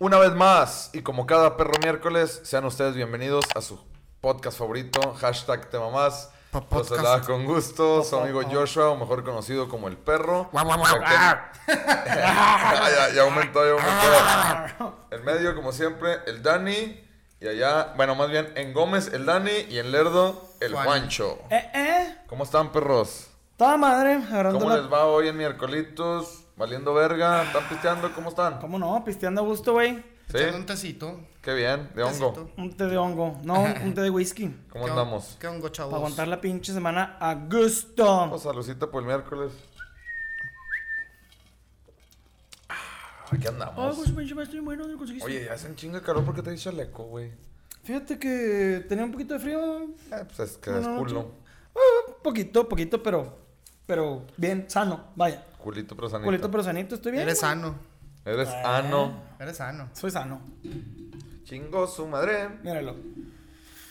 Una vez más, y como cada perro miércoles, sean ustedes bienvenidos a su podcast favorito, hashtag te mamás. Pa- Los podcast. hablaba con gusto, su amigo Joshua, o mejor conocido como el perro. Guau, guau, Ah, guau. Aquel- ya, ya- ya aumentó, ya Ah. aumentó. En medio, como siempre, el Dani. Y allá, bueno, más bien en Gómez, el Dani. Y en Lerdo, el Juan. Juancho. Eh, eh. ¿Cómo están, perros? Toda madre, agarrando ¿Cómo la- les va hoy en miércolitos? ¿Valiendo verga? ¿Están pisteando? ¿Cómo están? ¿Cómo no? Pisteando a gusto, güey. ¿Sí? Echando un tecito. Qué bien, de hongo. Tecito. Un té de hongo. No, un un té de whisky. ¿Cómo ¿Qué on- andamos? ¿Qué hongo, chavos? Para aguantar la pinche semana a gusto. Vamos a Lucita por el miércoles. Ah, Aquí Ay, andamos. Oh, pues, güey, pinche madre, estoy bueno, ¿dónde conseguiste? Oye, ya hacen chinga de calor porque te di chaleco, güey. Fíjate que tenía un poquito de frío. Eh, pues es que Una es noche. culo. Ah, poquito, poquito, pero. Pero bien, sano, vaya. Culito pero sanito. Culito pero Ah. sanito, estoy bien. Eres güey. sano. Eres ano. Eres sano. Soy sano. Chingo su madre. Míralo.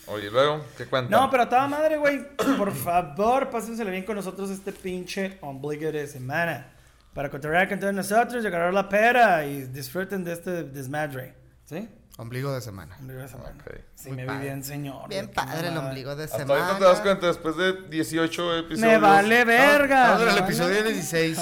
Oye, ¿y luego, ¿qué cuenta? No, pero a toda madre, güey. Por favor, pásensela bien con nosotros este pinche ombligo de semana. Para cotorrear con todos nosotros y agarrar la pera y disfruten de este desmadre. ¿Sí? Ombligo de semana. Ombligo de semana. Ok. Sí, Muy me vi padre. bien, señor. Bien güey, qué padre el mamada. ombligo de Hasta semana. ahorita te das cuenta, después de 18 episodios. Me Ah, vale verga. Estamos en me el vale- episodio 16.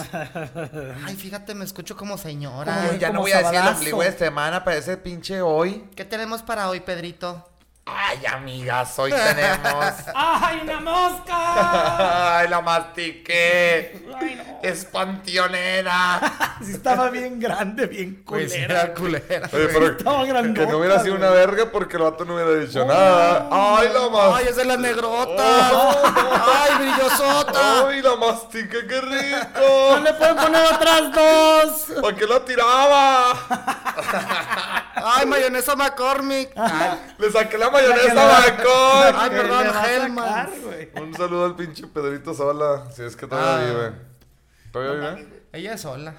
Ay, fíjate, me escucho como señora. Como- ya no voy a decir el sabadazo. ombligo de semana, parece pinche hoy. ¿Qué tenemos para hoy, Pedrito? Ay, amigas, hoy tenemos. ¡Ay, una mosca! Ay, la mastiqué. ¡Ay, no! Es panteonera. Sí, estaba bien grande, bien Güey, sí, culera. era culera. Oye, pero Estaba grandota, que no hubiera sido güey. una verga porque el vato no hubiera dicho nada. Ay, la mastiqué. Ay, es de las negrotas. Oh. Ay, brillosota. ¡Ay, la mastica, qué ¡No rico! le pueden poner otras dos! ¿Por qué la tiraba? Ay, mayonesa McCormick. Ay, Le saqué la La que mayonesa la- a Ay, Que perdón, le va a Helman. sacar, güey. Un saludo al pinche Pedrito Sola, si es que todavía Ah. vive. ¿Todavía vive? Ella es sola.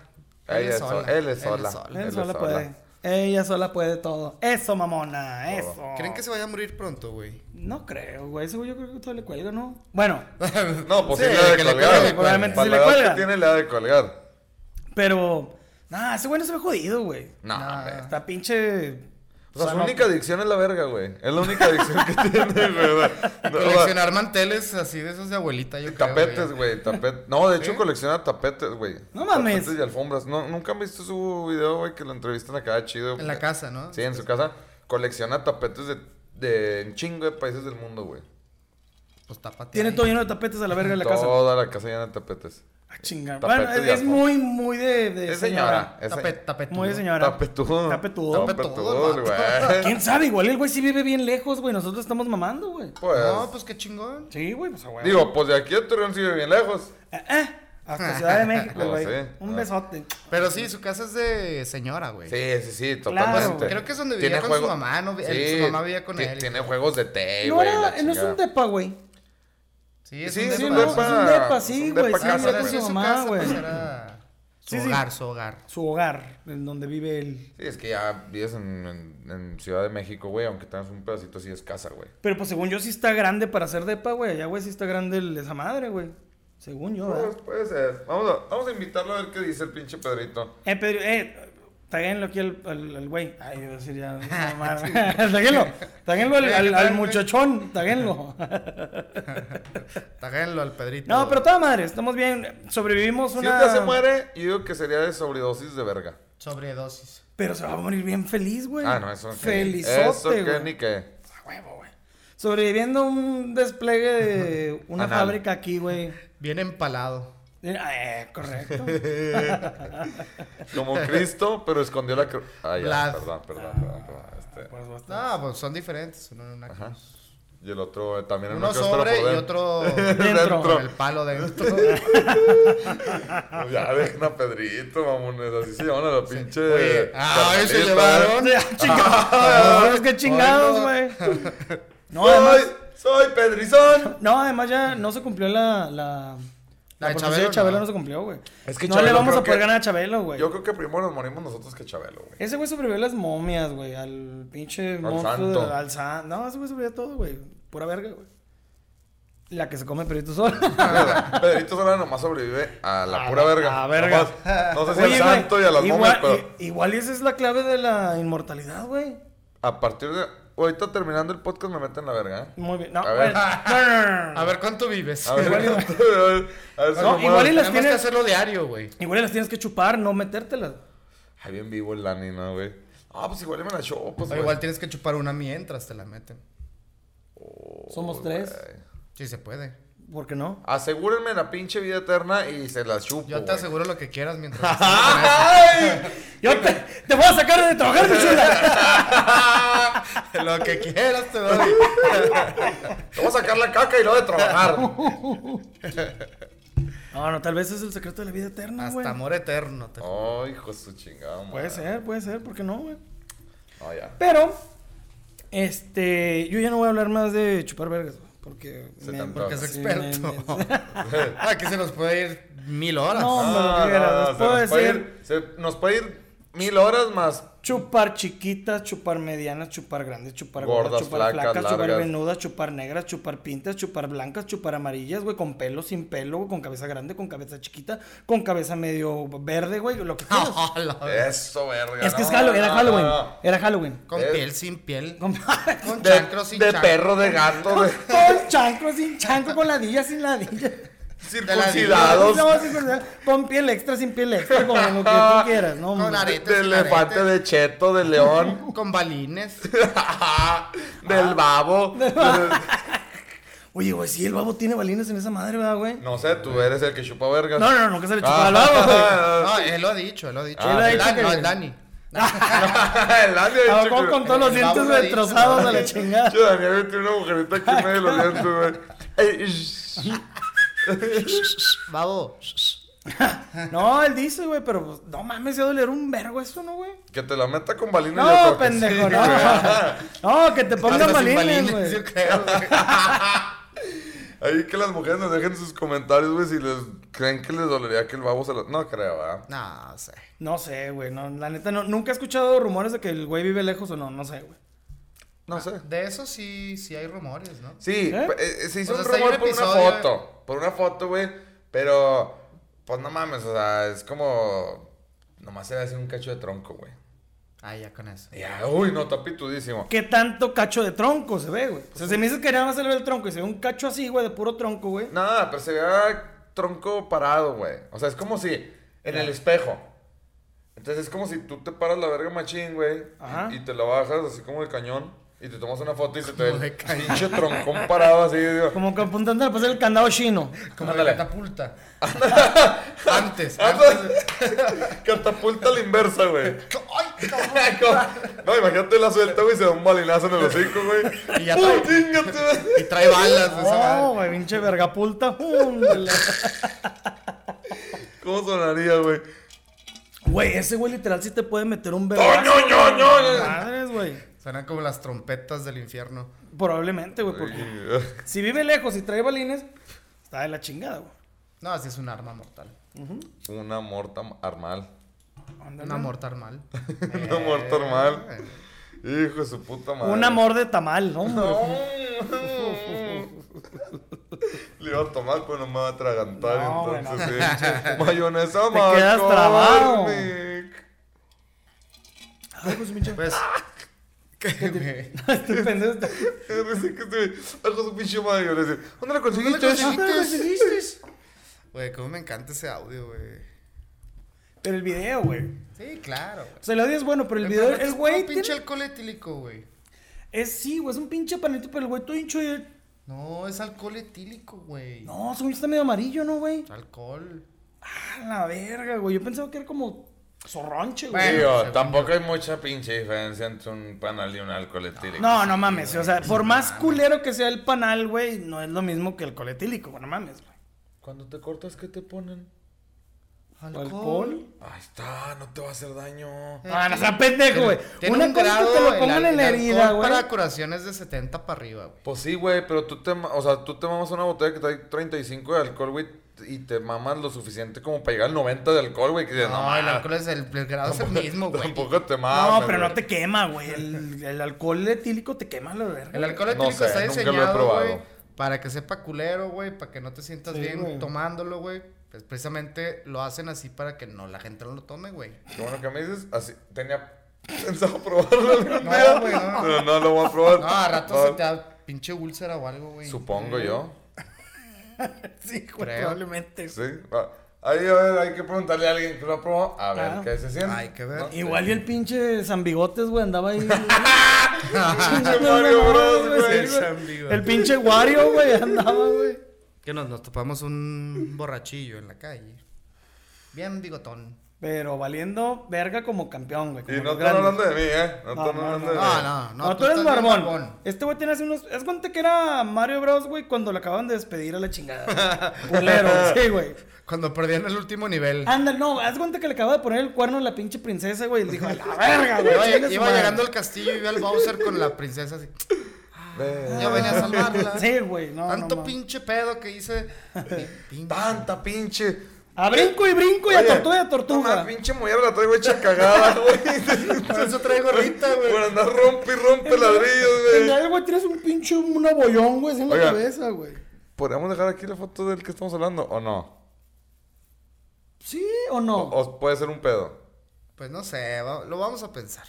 Ella es sola, él es sola. Él Pues Él sola sola. puede. Ella sola puede todo. Eso, mamona. Eso. ¿Creen que se vaya a morir pronto, güey? No creo, güey. Ese güey yo creo que todavía le cuelga, ¿no? Bueno, No, pues sí, Sí, le ha de que le colgar. cuelgue, probablemente Para sí la le edad cuelga. que tiene, le ha de colgar. pero. Nah, ese güey no se ve jodido, güey. No, Nah. hombre. Está pinche. O sea, su no- única adicción es la verga, güey. Es la única adicción que tiene, güey. o sea, no, o sea, Coleccionar manteles así de esos de abuelita, yo creo. Tapetes, güey, tapet. No, de hecho colecciona tapetes, güey. No mames. Tapetes y alfombras. No, nunca han visto su video, güey, que lo entrevistan acá chido. En la casa, ¿no? Sí, en su casa colecciona tapetes de, de un chingo de países del mundo, güey. Pues tápate. Tiene ahí. todo lleno de tapetes a la verga de la casa. Toda la casa llena de tapetes. Ah, chinga. Tapete Bueno, de es, es alfombra. muy, muy de, de Es señora. Es Tapet, señora. tapetudo. Muy de señora. Tapetudo. Tapetudo. Tapetudo, el Tapetudo, güey. ¿Quién sabe? Igual el güey sí vive bien lejos, güey. Nosotros estamos mamando, güey. Pues, No, pues qué chingón. Sí, güey, pues a huevo. digo, pues de aquí a Torreón sigue bien lejos. Eh, eh, hasta Ciudad de México, No güey. sé. Un Ah. besote. Pero sí, su casa es de señora, güey. Sí, sí, sí, Claro. totalmente. Creo que es donde vivía con su mamá, ¿no? El- su mamá vivía con ti- él. Tiene juegos de té, no, güey. era- la no es un chingada. depa, güey. Sí, es Sí, un sí, depa. no, es depa. un depa, Es sí, un güey. depa Sí, casa, era güey. su su mamá, casa, güey. pues, era su Sí, sí. hogar, su hogar. Su hogar, en donde vive él. Sí, es que ya vives en, en- en Ciudad de México, güey, aunque tengas un pedacito así de escasa, güey. Pero pues según yo sí está grande para ser depa, güey. Allá, güey, sí está grande el- esa madre, güey. Según yo, Pues, ¿verdad? puede ser. Vamos a, vamos a invitarlo a ver qué dice el pinche Pedrito. Eh, Pedro, eh, taguenlo aquí al- al al güey. Ay, yo decir ya. no mames. Taguenlo, taguenlo al, al- al muchachón, taguenlo. Táguenlo al Pedrito. No, pero toda madre, estamos bien. Sobrevivimos Si una. un día se muere, yo digo que sería de sobredosis de verga. Sobredosis. Pero se va a morir bien feliz, güey. Ah, no, eso que- Felizote, Eso que güey. ni qué. A huevo, güey. Sobreviviendo a un despliegue de una Anal. fábrica aquí, güey. Bien empalado. Eh, correcto. Como Cristo, pero escondió la cruz. Ah, ya, Vlad. perdón, perdón, perdón. perdón, este. Pues, basta. No, pues son diferentes. Uno en una cruz. Y el otro eh, también en Uno una cruz, pero sobre por y dentro. otro Dentro. con el palo dentro. Ya dejen a Pedrito, mamones. Así se llaman a la pinche. Oye, ah, ay, se carnalita, llevaron. Ya, chingados. Pues, qué chingados, güey. Ay, No, además, soy Pedrizón. no, además ya no se cumplió la. La, La de proporción Chabelo, de Chabelo no. ¿no? se cumplió, güey. Es que no Chabelo le vamos creo a poder que- ganar a Chabelo, güey. Yo creo que primero nos morimos nosotros que Chabelo, güey. Ese güey sobrevivió a las momias, güey. Al pinche monstruo. santo. de- al san- No, ese güey sobrevivió a todo, güey. Pura verga, güey. La que se come perrito sola. Pedrito Sola nomás sobrevive a la A pura la- verga. a verga. Nomás- no sé si Oye, al güey, santo y a las igual, momias, pero i- igual y esa es la clave de la inmortalidad, güey. a partir de. Ahorita terminando el podcast me meten la verga, ¿eh? Muy bien. No, A ver. güey, no, no, no, no, no. A ver, ¿cuánto vives? A ver, a ver, a ver si No, me muero. igual y la- las Tenemos tiene- que hacerlo diario, güey. Igual y las tienes que chupar, no metértelas. Ay, bien vivo el Dani, ¿no, güey? Ah, pues igual y me la show, pues. O güey. igual tienes que chupar una mientras te la meten. Somos tres. Sí, se puede. ¿Por qué no? Asegúrenme la pinche vida eterna y se la chupo. Yo te güey. aseguro lo que quieras mientras. ¡Ay! Yo te, te voy a sacar de trabajar, mi chula. lo que quieras te doy. Te voy a sacar la caca y luego de trabajar. No, no, tal vez es el secreto de la vida eterna, güey. Hasta amor eterno. Te... Ay, hijo de su chingada, madre. Puede ser, puede ser, ¿por qué no, güey? No, ya. Pero, este, yo ya no voy a hablar más de chupar vergas, güey, porque... Se me- te antoja. Porque es sí, me- experto. me- Aquí se nos puede ir mil horas. Ah, No, hombre, lo que quieras, nos se puedo nos puede decir- ir- se- nos puede ir mil horas más. Chupar chiquitas, chupar medianas, chupar grandes, chupar gordas, Gordas, chupar flacas, flacas, chupar largas. venudas, chupar negras, chupar pintas, chupar blancas, chupar amarillas, güey, con pelo, sin pelo, güey, con cabeza grande, con cabeza chiquita, con cabeza medio verde, güey, lo que quieras. A la verga. Eso, verga. es que es no, Halloween, era no, Halloween, no. era Halloween. Con Eh. piel, sin piel. Con, Con, con chancro, sin De chancro. perro, de gato, de chancro, sin chancro, con ladilla, sin ladilla. circuncidados. No, sí, con- con piel extra, sin piel extra, con lo que tú quieras, ¿no? Con hombre? are- De elefante, de cheto, de león. Con balines. Ah. del babo. Oye, güey, sí, el babo tiene balines en esa madre, ¿verdad, güey? No sé, tú eres el que chupa vergas. No, no, no, nunca se le chupaba Ah. al babo, güey. No, él lo ha dicho, él lo ha dicho. Ah, Él ha El dicho Dan- que- no, el Dani. El Dani ha dicho Acabó que- con todos los el babo dientes lo ha destrozados dicho, a la ¿no? chingada. Yo, Dani, me tiene una agujerita aquí en medio de los dientes, güey. Ey, shh. Babo. No, él dice, güey, pero pues, no mames, se va a doler un vergo eso, ¿no, güey? Que te la meta con balines. yo creo que sí, No, pendejo, güey. no. No, que te pongan Hasta sin balines, balines, yo güey. creo, güey. Ahí que las mujeres nos dejen sus comentarios, güey, si les creen que les dolería que el babo se lo... No creo, ¿verdad? No sé. No sé, güey, no, la neta, no, nunca he escuchado rumores de que el güey vive lejos o no, no sé, güey. No sé. Ah, De eso sí, sí hay rumores, ¿no? Sí, ¿Eh? pe- eh, se hizo O sea, un está ahí un rumor por una episodio, foto. Por una foto, güey. Pero, pues no mames, o sea, es como... Nomás era así un cacho de tronco, güey. Ah, ya con eso. Y Ya, uy, no, está pitudísimo. ¿Qué tanto cacho de tronco se ve, güey? O sea, si me dices que nada más se le ve el tronco y se ve un cacho así, güey, de puro tronco, güey. Nada, pero se veía tronco parado, güey. O sea, es como si en el espejo. Entonces es como si tú te paras la verga machín, güey. Ajá. Y, y te la bajas así como de cañón. Y te tomas una foto y se te Como ve de el cañón. pinche troncón parado así. Digo, Como que apuntando a pasar el candado chino. Como la Ándale. catapulta. antes, antes. de- Ándale. Catapulta a la inversa, güey. ¡Ay, cabrón! No, imagínate la suelta, güey, se da un balinazo en el hocico, güey. Y ya ¡Pum, trae- chingate! Y trae balas. esa madre. Oh, güey, pinche vergapulta. Úndale. ¿Cómo sonaría, güey? Güey, ese güey literal sí te puede meter un vergo. ¡No, no, no, no! Madres, güey. Suenan como las trompetas del infierno. Probablemente, güey, porque si vive lejos y trae balines, está de la chingada, güey. No, así es un arma mortal. Una morta armal. Ándale. Un amor tan mal. Eh, Un amor tan mal. Hijo de su puta madre. Un amor de tamal, ¿no? No. hombre? Le iba a tomar, pero no me va a atragantar. No, güey, no. entonces, sí. Mayonesa, Eh, Te quedas trabado. McCormick. Ay, pues, pinche- Pues. ¿Qué, güey? este pendejo está- Eh, dice que este- algo de su pinche madre. Yo le decía, ¿dónde la conseguiste? ¿Dónde la pues, Ah, conseguiste? ¿Viste? Güey, cómo me encanta ese audio, güey. Pero el video, güey. Sí, claro. güey. O sea, el audio es bueno, pero el problema video, es que el es güey. como pinche tiene- alcohol etílico, güey. Es sí, güey, es un pinche panelito, pero el güey todo hincho y. No, es alcohol etílico, güey. No, su güey está medio amarillo, ¿no, güey? Alcohol. A la verga, güey. Yo pensaba que era como zorronche, güey. Bueno, Digo, segundo. tampoco hay mucha pinche diferencia entre un panal y un alcohol etílico. No, no mames. O sea, por más culero que sea el panal, güey, no es lo mismo que el coletílico, güey, no mames, güey. Cuando te cortas, ¿qué te ponen? Alcohol. Ahí está, no te va a hacer daño. Ah, no sea pendejo, güey. Tiene Una un cosa grado es que te lo el pongan al- en la el herida, alcohol güey. Para curaciones de 70 para arriba, güey. Pues sí, güey, pero tú te, ma- o sea, tú te mamas una botella que trae 35 de alcohol, güey, y te mamas lo suficiente como para llegar al 90 de alcohol, güey. Que dices, No, el alcohol es el, el grado es el mismo, güey. Tampoco te mamas. No, pero no güey. te quema, güey. El, el alcohol etílico te quema la verga. El alcohol No etílico sé, está nunca lo he diseñado, probado. güey, Para que sepa culero, güey, para que no te sientas Sí, bien güey. tomándolo, güey. Pues precisamente lo hacen así para que no la gente no lo tome, güey. Qué bueno que me dices, así, tenía pensado probarlo algún No, día, güey, no. pero no lo voy a probar. No, a rato No, se te da pinche úlcera o algo, güey. Supongo yo, Sí, güey, Creo. probablemente. sí. va. Ahí, a ver, hay que preguntarle a alguien que lo ha probado, a ver Claro. qué se siente. Hay que ver. ¿No? Igual y el pinche San Bigotes, güey, andaba ahí. Pinche Mario Bros, Sí, güey. güey. el pinche Wario, güey, andaba, güey. Que nos, nos topamos un borrachillo en la calle. Bien bigotón. Pero valiendo verga como campeón, güey. como Y no los están hablando grandes. de mí, ¿eh? No No, están no, hablando de mí. No, no, no. No, tú eres estás bien barbón. Este güey tiene hace unos. Es cuenta que era Mario Bros, güey, cuando lo acababan de despedir a la chingada. güey. Culero, sí, güey. Cuando perdían el último nivel. Anda, no, haz cuenta que le acaba de poner el cuerno a la pinche princesa, güey. Y le dijo, a la verga, Ah, güey. iba chinga su iba madre". llegando al castillo y vi al Bowser con la princesa así. Ve, Yo venía a salvarla. Sí, güey, no. Tanto no, mames. pinche pedo que hice. Pinche- Tanta pinche. A brinco y brinco y a Oye, tortuga y Toma, a tortuga. pinche mujer la traigo hecha cagada, güey. Por eso traigo gorrita, güey. Por andar rompe y rompe ladrillos, En güey. realidad, güey, tienes un pinche un abollón, güey, así en la Oigan. cabeza, güey. ¿Podríamos dejar aquí la foto del que estamos hablando o no? ¿Sí o no? O puede ser un pedo. Pues no sé, va- lo vamos a pensar.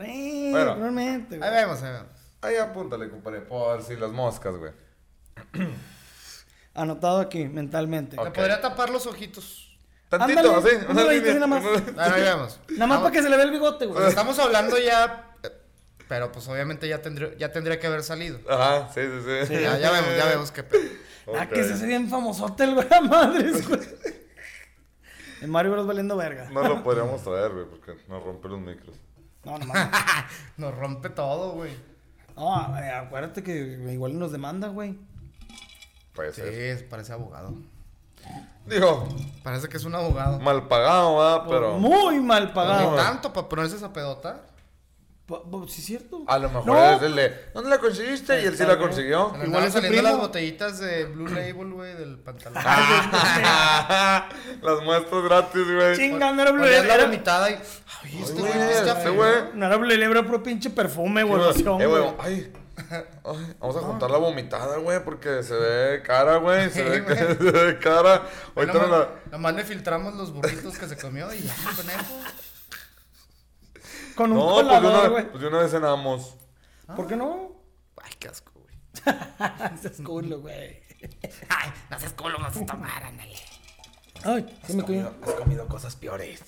Eh, Bueno. realmente, Ahí güey. vemos, ahí vemos. Ahí apúntale, compadre, por si las moscas, güey. Anotado aquí, mentalmente. Ok. Le podría tapar los ojitos. Tantito, Ándale, así. una Una rayita línea. nada más. una- Bueno, ahí vemos. Ah, Nada Ah, más para que se le vea el bigote, güey. Estamos hablando ya. eh, Pero pues obviamente ya tendría, ya tendría que haber salido. Ajá, sí, sí, sí. Ya, ya vemos, ya vemos qué pedo. Ah, Ok. que se hace bien famosote el güey, a madres, güey. El Mario Bros valiendo verga. No lo podríamos traer, güey, porque nos rompe los micros. No, no mames. Nos rompe todo, güey. No, eh, acuérdate que igual nos demanda, güey. Puede Sí, ser. parece abogado. Digo, Parece que es un abogado. mal pagado, Pues, ¿verdad? Pero. Muy mal No, pagado. Ni tanto para ponerse esa pedota. Pa- pa- Sí, es cierto. A lo mejor No, es el de. ¿Dónde la conseguiste? Y él sí la consiguió. Igual Igual andaban es su saliendo primo. las botellitas de Blue Label, güey, del pantalón. Ah. Las muestras gratis, güey. Chinga, no era Blue Ponías la Label. vomitada y. Ay, este güey, güey, este este afeó. güey. No era Blue Label, era puro pinche perfume, güey. loción, Eh, güey, güey. ay. Ay, vamos a juntar la vomitada, güey, porque se ve cara, güey. Se, Sí, ve, güey. se ve cara. Ahorita no Nomás, la. nomás le filtramos los burritos que se comió y ya, conejo. Con un No, pues de, colador, güey. una, pues de una vez cenamos. ¿Por qué no? Ay, qué asco, güey. Ah, Ese es culo, güey. Ay, no seas culo, vas a tomar, ándale. Ay, se me cayó. Has comido cosas peores.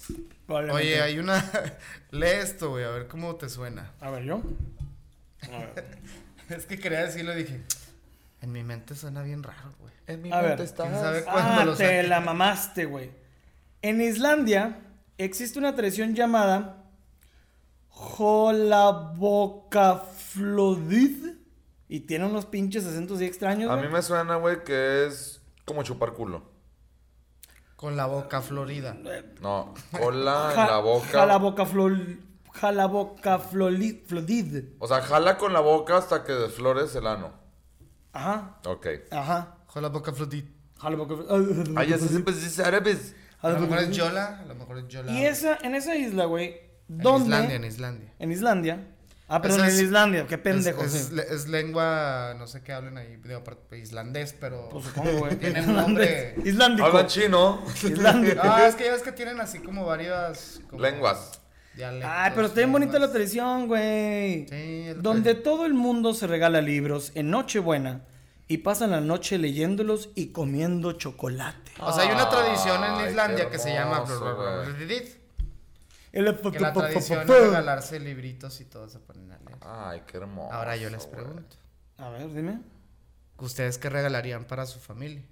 Probablemente. Oye, hay una. Lee esto, güey, a ver cómo te suena. A ver, yo. Es que quería decirlo y dije. En mi mente suena bien raro, güey. En mi A ver. ¿Quién sabe cuándo Ah, lo te saqué? la mamaste, güey. En Islandia existe una tradición llamada Jolabocaflodid. Y tiene unos pinches acentos y extraños. A güey. mí me suena, güey, que es como chupar culo. Con la boca florida. No, cola Ja- en la boca. Jalabocaflol- jalabocafloli- flodid. O sea, jala con la boca hasta que desflores el ano. Ajá, Ok. ajá. Con la boca florida. Jalabocaf- pues, siempre se dice árabes. A lo mejor es Yola, a lo mejor es Yola. Y esa, en esa isla, güey. En ¿Dónde? Islandia, en Islandia. En Islandia. Ah, perdón, Esa es- en Islandia. Qué pendejo. Es, es sí. le- es lengua, no sé qué hablan ahí, digo, aparte, islandés, pero. Pues supongo, güey. Tiene un nombre. Islandia. Hablan chino. Islandia. Ah, es que ya ves que tienen así como varias. como Lenguas. dialectos, Ay, pero está bien bonita la lenguas. tradición, güey. pues, Sí, el- Donde todo el mundo se regala libros en Nochebuena y pasan la noche leyéndolos y comiendo chocolate. O sea, hay una tradición Ay, en qué Islandia que se llama. hermoso, Que El- la tradición es regalarse libritos y todo se ponen a leer. Ay, qué hermoso. Ahora yo les güey. pregunto: A ver, dime. ¿Ustedes qué regalarían para su familia?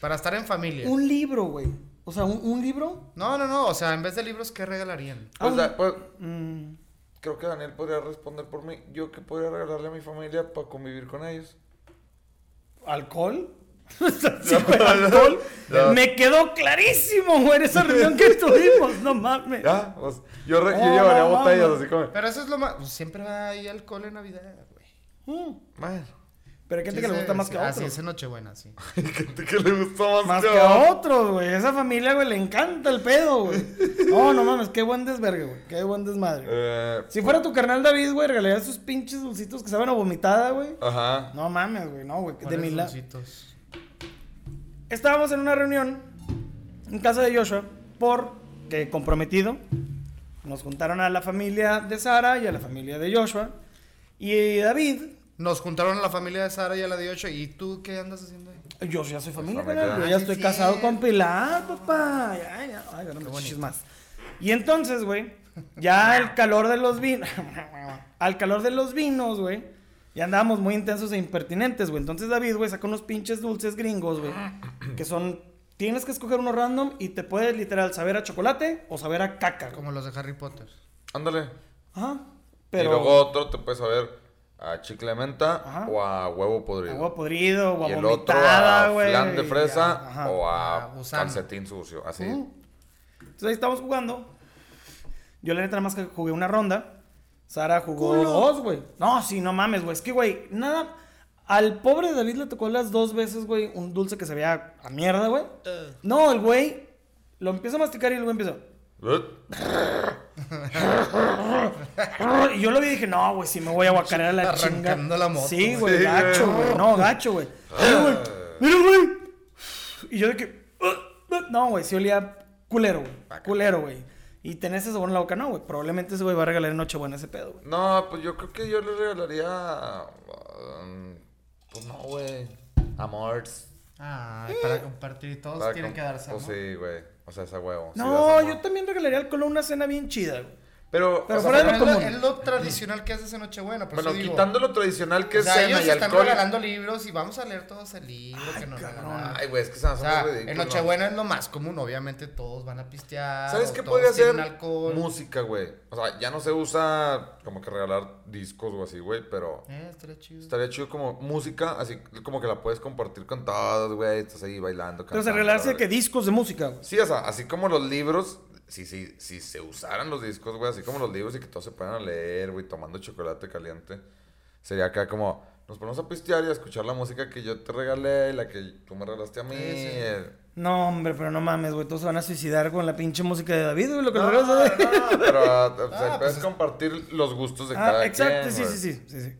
Para estar en familia. Un libro, güey. O sea, un, un libro. No, no, no. O sea, en vez de libros, ¿qué regalarían? Pues, Ah, da- pues, Mm, creo que Daniel podría responder por mí. Yo que podría regalarle a mi familia para convivir con ellos. ¿Alcohol? Sí, güey, alcohol. Ya. Me quedó clarísimo, güey, esa reunión que tuvimos. No mames. Ya, pues, yo, re- yo Oh, llevaría no, botellas mames. así como. Pero eso es lo más. pues, siempre va ahí alcohol en Navidad, güey. Mm. Bueno. Pero hay gente Sí, que le ese- gusta más que a Así otros. es en Nochebuena, sí. Hay gente que le gustó más, Más que que a a otros, güey. Esa familia, güey, le encanta el pedo, güey. No, no mames, qué buen desvergue, güey. Qué buen desmadre. güey. Eh, Si fuera tu carnal David, güey, regalaría sus pinches dulcitos que saben a vomitada, güey. Ajá. No mames, güey, no, güey. De mi Pones lado. dulcitos. Estábamos en una reunión en casa de Joshua porque comprometido. Nos juntaron a la familia de Sara y a la familia de Joshua. Y David, Nos juntaron a la familia de Sara y a la de 8. ¿Y tú qué andas haciendo ahí? yo ya soy familia con Familia. él, yo ya Ah, sí, estoy sí. casado con Pilar, papá. Ya, ya, ay, ya no me chiches más. Y entonces, güey, ya el calor de los vinos, al calor de los vinos, güey, ya andábamos muy intensos e impertinentes, güey. Entonces David, güey, saca unos pinches dulces gringos, güey, que son, tienes que escoger uno random y te puedes literal saber a chocolate o saber a caca, güey. Como los de Harry Potter. Ándale. Ajá, Y pero luego otro te puedes saber a chicle de menta Ajá. o a huevo podrido. agua podrido o y a el otro a vomitada, güey. flan de y fresa a- Uh. ajá. o a, a gusano. calcetín sucio. Así. Ujú. Entonces ahí estamos jugando. Yo la neta nada más que jugué una ronda. Sara jugó dos, güey. No, sí, no mames, güey. Es que, güey, nada. Al pobre David le tocó las dos veces, güey, un dulce que se veía a mierda, güey. No, el güey lo empieza a masticar y luego empieza. Ujú. Y yo lo vi y dije, no, güey, si me voy a guacarear a la chinga. Arrancando la moto, Sí, güey. güey, Sí, gacho, güey. güey. No, gacho, güey. Mira, güey. Mira, güey. Y yo de que. "Ah, ah". No, güey, sí olía culero, güey. Culero, güey. Y tenés ese sabor en la boca, no, güey. Probablemente ese güey va a regalar en Nochebuena ese pedo, güey. No, pues yo creo que yo le regalaría. um, pues no, güey. Amors. Ay, Eh. para compartir y todos Para tienen com- que darse. Pues ¿no? sí, güey. O sea, esa huevo. sí No, das yo amor. también regalaría al Colo una cena bien chida, güey. Pero, Pero o sea, fuera de Pero bueno, es, común. lo, es lo tradicional que haces en Nochebuena. Por bueno, eso digo. quitando lo tradicional que o es sea, cena ellos y están alcohol. regalando libros y vamos a leer todos el libro que nos cabrón. regalaron. Ay, güey, es que se me O hace sea, muy en ridículo. Nochebuena es lo más común, obviamente todos van a pistear. ¿Sabes o qué todos podría hacer? tienen alcohol. Música, güey. O sea, ya no se usa como que regalar discos o así, güey, pero Eh, estaría chido. estaría chido como música, así como que la puedes compartir con todos, güey. Estás ahí bailando, Pero se cantando, regalarse la de que verga. discos de música, güey. Sí, o sea, así como los libros, si, si, si se usaran los discos, güey, así como los libros y que todos se puedan a leer, güey, tomando chocolate caliente, sería acá como, nos ponemos a pistear y a escuchar la música que yo te regalé y la que tú me regalaste a mí. Sí, sí. eh. No, hombre, pero no mames, güey. Todos se van a suicidar con la pinche música de David, güey. Lo que No, le regalas a David. no, pero ah, o sea, Ah, puedes pues es- compartir los gustos de Ah, cada exacto, quien, sí, güey. sí, sí, sí, sí.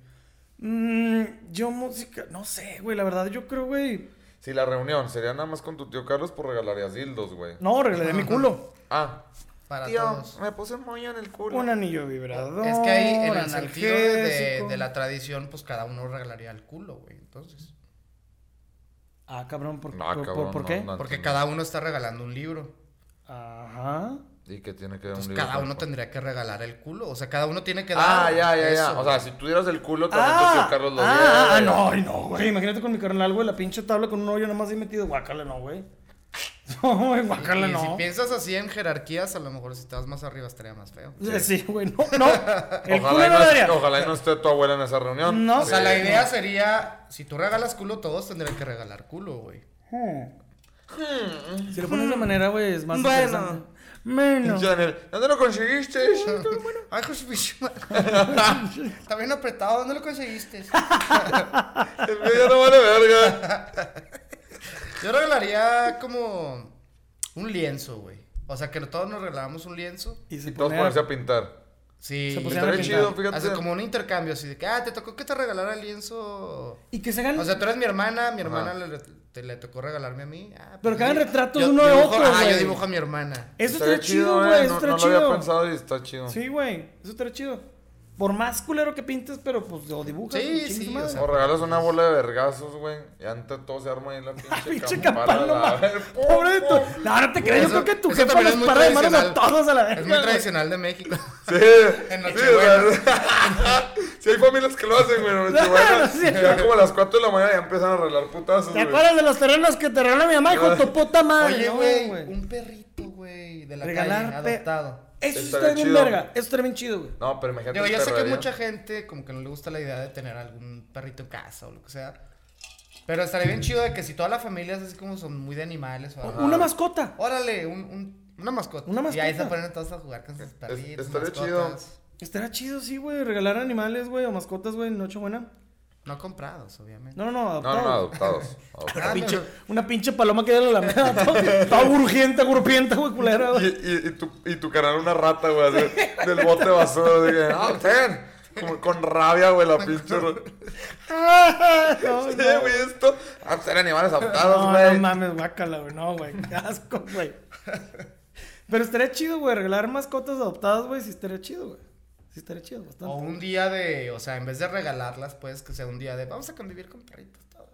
Mm, yo música, no sé, güey, la verdad, yo creo, güey. Si la reunión sería nada más con tu tío Carlos, pues regalarías dildos, güey. No, regalaré mi culo. Ah, Para tío, todos. me puse moño en el culo. Un anillo vibrador. Es que ahí, en el sentido de, analgésico. de la tradición, pues cada uno regalaría el culo, güey. Entonces. Ah, cabrón, ¿por, No, por- por- cabrón, por no, qué? no Porque entiendo. cada uno está regalando un libro. Ajá. ¿Y qué tiene que ver un Entonces libro cada con- uno tendría que regalar el culo. O sea, cada uno tiene que dar. Ah, ya, ya, ya. eso, O sea, güey. si tú dieras el culo, también tu Ah, tío Carlos lo ah, ah, diera. no, ay, no, güey. Imagínate con mi carnal, güey, la pinche tabla con un hoyo nomás ahí metido. Guácala, no, güey. No, güey, guácala, Y no. Si piensas así en jerarquías, a lo mejor si estás más arriba estaría más feo. Eh, Sí, güey, no, no. El culo Ojalá, y no no lo es- daría. ojalá y no esté tu abuela en esa reunión. No. O sea, la Sí. idea sería, si tú regalas culo, todos tendrían que regalar culo, güey. Hmm. Hmm. Si lo pones de manera, güey, es más interesante. Menos. Yo en el, ¿Dónde lo conseguiste? Ay, José Luis, Está bien apretado, ¿dónde lo conseguiste? El medio no vale verga. Yo regalaría como un lienzo, güey. O sea, que todos nos regaláramos un lienzo. Y se Y todos ponerse a pintar. Sí. Se pusieron Estaría a chido, pintar. fíjate. Hace como un intercambio así de que, ah, te tocó que te regalara el lienzo. Y que se hagan. O sea, tú eres mi hermana, mi hermana Ajá. le, te, le tocó regalarme a mí. Ah, Pero que hagan yo- retratos yo uno de dibujo- otro, Ah, yo güey. dibujo a mi hermana. eso Estaría está chido, güey. eh, Eso No, está no chido. lo había pensado y está chido. Sí, güey. Eso está chido. Por más culero que pintes, pero pues lo dibujas. Sí, y chingue sí, su madre. o sea, O regalas una bola de vergazos, güey. Y antes todo se arma ahí la pinche Ah, Pinche campana. campana, no la- mames. ¡Pum, Pobre de pum! tu. No, no te crees. Yo Eso- creo que tu eso jefa también nos es muy para de manos a tradicional. todos a la Es muy verga. güey. tradicional de México. Sí. En sí, Nochebuena. o sea, sí hay familias que lo hacen, güey. En Nochebuena. No, sí. Ya como a las 4 de la mañana ya empiezan a arreglar putazos, ¿Te güey. acuerdas de los terrenos que te regaló mi mamá, hijo de tu puta madre? Oye, No, güey, un perrito, güey, de la Regalar calle, pe- adoptado. Eso Estaría está bien chido. verga. Eso está bien chido, güey. No, pero imagínate. Digo, un yo sé que perrería. mucha gente como que no le gusta la idea de tener algún perrito en casa o lo que sea. Pero estaría bien chido de que si toda la familia es así como son muy de animales o algo. Una mascota. Órale, un, un- una mascota. Una Y ahí se mascota. ponen todos a jugar con sus perritos. estaría mascotas. Estará chido, sí, güey. Regalar animales, güey, o mascotas, güey, en Nochebuena. No comprados, obviamente. No, no, no, No, no, no, adoptado. adoptados. Ah, Una adoptados. pinche, no. una pinche paloma que ya lo lamea. Estaba urgente, grupienta, güey, culera, Y, güey. y, y tu, y tu canal una rata, güey, así, del bote de basura. así que, "Ah, ten". Como con rabia, güey, la pinche. ro- No, Sí, no. güey, esto. Ah, ser animales adoptados, No, güey. no mames, guácala, güey. No, güey. Qué asco, güey. Pero estaría chido, güey. Regalar mascotas adoptadas, güey. Sí estaría chido, güey. Sí estaría chido, bastante. O un día de, o sea, en vez de regalarlas, pues que sea un día de, vamos a convivir con perritos todos.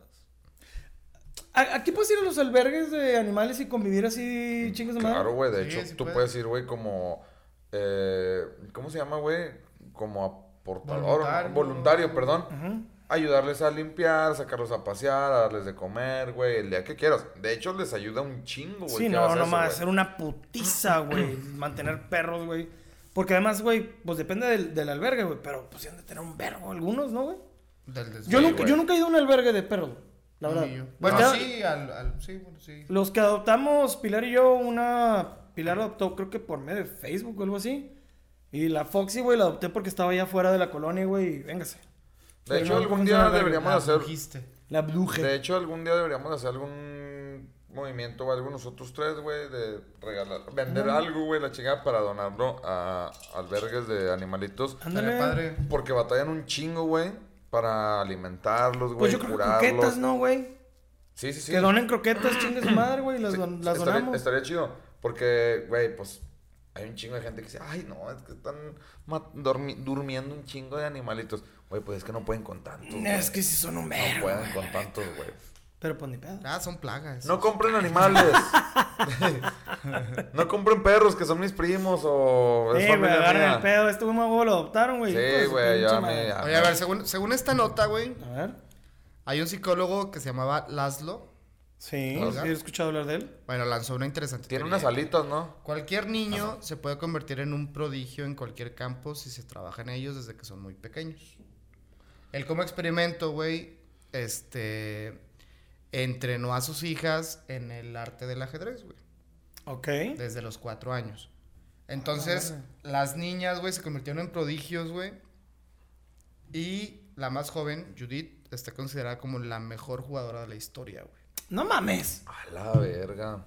¿A- Aquí puedes ir a los albergues de animales y convivir así, chingas de madre. Claro, güey. De Sí, hecho, sí tú puede. puedes ir, güey, como. eh, ¿Cómo se llama, güey? Como aportador. Voluntario. Voluntario, perdón. Ayudarles a limpiar, sacarlos a pasear, a darles de comer, güey, el día que quieras. De hecho, les ayuda un chingo, güey. Sí, que no, hagas no eso, más. güey. Ser una putiza, güey. Mantener perros, güey. Porque además, güey, pues depende del, del albergue, güey. Pero pues sí han de tener un vergo algunos, ¿no, güey? Del desvío. Yo, nunca, Pues güey. yo nunca he ido a un albergue de perros, la Ni verdad. yo. Los Bueno, que- sí, al, al- sí, bueno, sí. Los que adoptamos, Pilar y yo, una. Pilar la adoptó, creo que por medio de Facebook o algo así. Y la Foxy, güey, la adopté porque estaba allá afuera de la colonia, güey. y Véngase. De hecho, no algún funciona día la- deberíamos Ah, hacer. dijiste. La Bluje. De hecho, algún día deberíamos hacer algún movimiento o algo nosotros tres, güey, de regalar, vender algo, güey, la chingada para donarlo a albergues de animalitos. Ándale. Estaría padre. Porque batallan un chingo, güey, para alimentarlos, Pues güey, yo creo que curarlos. croquetas, ¿no, güey? Sí, sí, sí. Que donen croquetas, chingue su madre, güey. Las, Sí, don- las estaría, donamos. estaría chido. Porque, güey, pues hay un chingo de gente que dice, ay, no, es que están ma- dormi- durmiendo un chingo de animalitos. Güey, pues es que no pueden con tantos. güey. Es que si son un No vergo. pueden con tantos, güey. Pero pues ni pedo. Ah, son plagas. No compren animales. no compren perros que son mis primos o es Eh, güey, pues, familia agarren mía. el pedo. Este güey huevo lo adoptaron, güey. hijo de Sí, su güey, pinche ya madre. me. ya Oye, a me- ver, según, según esta nota, güey, A ver. hay un psicólogo que se llamaba Laszlo. Sí, Ajá. sí, he escuchado hablar de él. Bueno, lanzó una interesante Tiene teoría. unas alitas, ¿no? Cualquier niño se puede convertir en un prodigio en cualquier campo si se trabaja en ellos desde que son muy pequeños. Él como experimento, güey, este, entrenó a sus hijas en el arte del ajedrez, güey, Ok. desde los cuatro años. Ah, Entonces, las niñas, güey, se convirtieron en prodigios, güey. Y la más joven, Judith, está considerada como la mejor jugadora de la historia, güey. No mames. A la verga.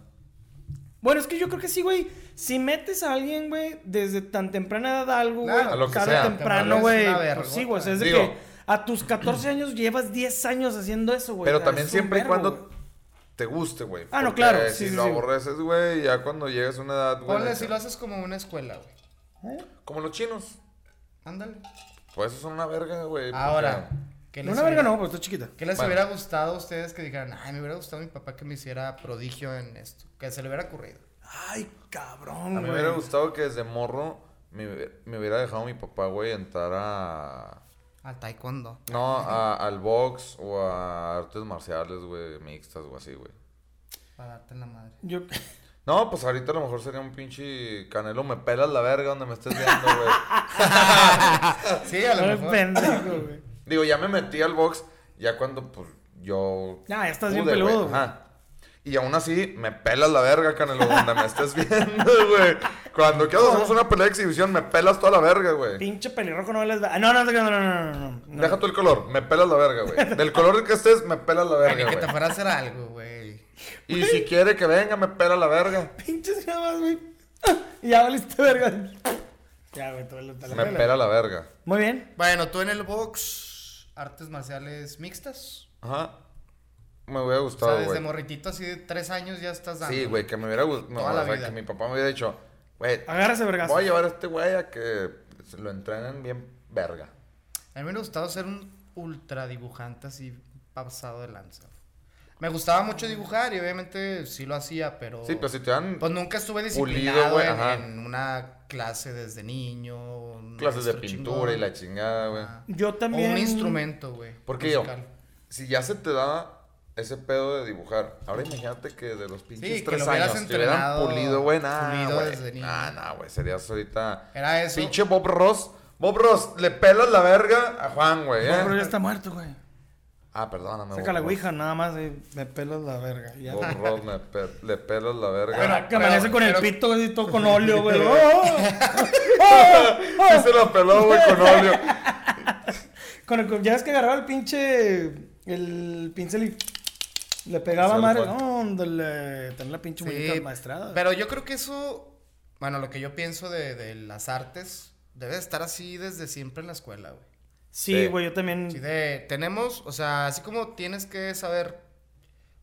Bueno, es que yo creo que sí, güey. Si metes a alguien, güey, desde tan temprana edad a algo, güey, Claro, a lo que tarde sea. o Te temprano, vuelves güey. una pues vergota. sí, güey. o sea, es de Digo- que a tus 14 años llevas 10 años haciendo eso, güey. Pero o sea, también es un siempre y vergo, cuando güey. te guste, güey. Ah, no, Porque claro, sí, Si sí, lo sí. aborreces, güey, ya cuando llegas a una edad, güey. Ponle, de si que- lo haces como una escuela, güey. ¿Eh? Como los chinos. Ándale. Pues eso son una verga, güey. porque- Ahora, ¿qué No, les una verga hubiera- no, porque está chiquita. ¿Qué les Bueno. hubiera gustado a ustedes que dijeran, ay, me hubiera gustado mi papá que me hiciera prodigio en esto? Que se le hubiera ocurrido. Ay, A mí cabrón, me hubiera güey. gustado que desde morro me, hubie- me hubiera dejado mi papá, güey, entrar a. Al taekwondo. No, a- al box o a artes marciales, güey, mixtas o así, güey. Para darte en la madre. Yo... No, pues ahorita a lo mejor sería un pinche canelo, me pelas la verga donde me estés viendo, güey. Sí, a lo Ay, mejor. pendejo, güey. Digo, ya me metí al box, ya cuando, pues, yo... Ya, ya estás bien pude, güey, peludo, güey. ajá. Y aún así, me pelas la verga, canelo, donde me estés viendo, güey. Cuando quieras hacemos una pelea de exhibición, me pelas toda la verga, güey. Pinche pelirrojo no les va. Ah, No, no, no, no, no, no, no, no. Deja tú el color, me pelas la verga, güey. Del color que estés, me pelas la Ni verga, que te güey. fuera a hacer algo, güey. Y si quiere que venga, me pela la verga. Pinches nada más, güey. Y ya valiste verga. Ya, güey, tú te la Me pela. pela la verga. Muy bien. Bueno, tú en el box, artes marciales mixtas. Ajá. Me hubiera O sea, gustado, desde güey. morritito, así de tres años ya estás dando. Sí, güey, que me hubiera gustado. No, Toda la o sea, vida. que mi papá me hubiera dicho, güey, Agárrese, vergas. voy a llevar a este güey a que se lo entrenen bien verga. A mí me hubiera gustado ser un ultra dibujante así pasado de lanza. Me gustaba mucho dibujar y obviamente sí lo hacía, pero... Sí, pero si te dan Oh. Pues nunca estuve Pulido, disciplinado güey, en, ajá. en una clase desde niño. un clases de maestro pintura y chingón. la chingada, güey. Ajá. Yo O también. un instrumento, güey. Porque yo, musical. si ya se te da ese pedo de dibujar, ahora imagínate que de los pinches Sí, que tres lo hubieras años te hubieran entrenado, pulido, güey, nah, pulido güey. desde niño. Nah, nah, güey, serías ahorita... Era eso. Pinche Bob Ross. Bob Ross, le pelas la verga a Juan, güey, No, pero ya ¿eh? está muerto, güey. Ah, perdóname, Saca la Bob Ross. ouija nada más y me pelas la verga. Ya. Bob Ross, me pe- le pelas la verga. Pero que Pero- amanece con el pero- pito así todo con óleo, güey. ¡Oh! ¡Oh! Sí se la peló, güey, con óleo. Con el- ya ves que agarraba el pinche. El pincel y. Le pegaba Sale madre. cual. No, ándale. Tener la pinche muñeca Sí, maestrada. Pero yo creo que eso, bueno, lo que yo pienso de, de las artes, debe de estar así desde siempre en la escuela, güey. Sí, Sí. güey, yo también. Así de, tenemos, o sea, así como tienes que saber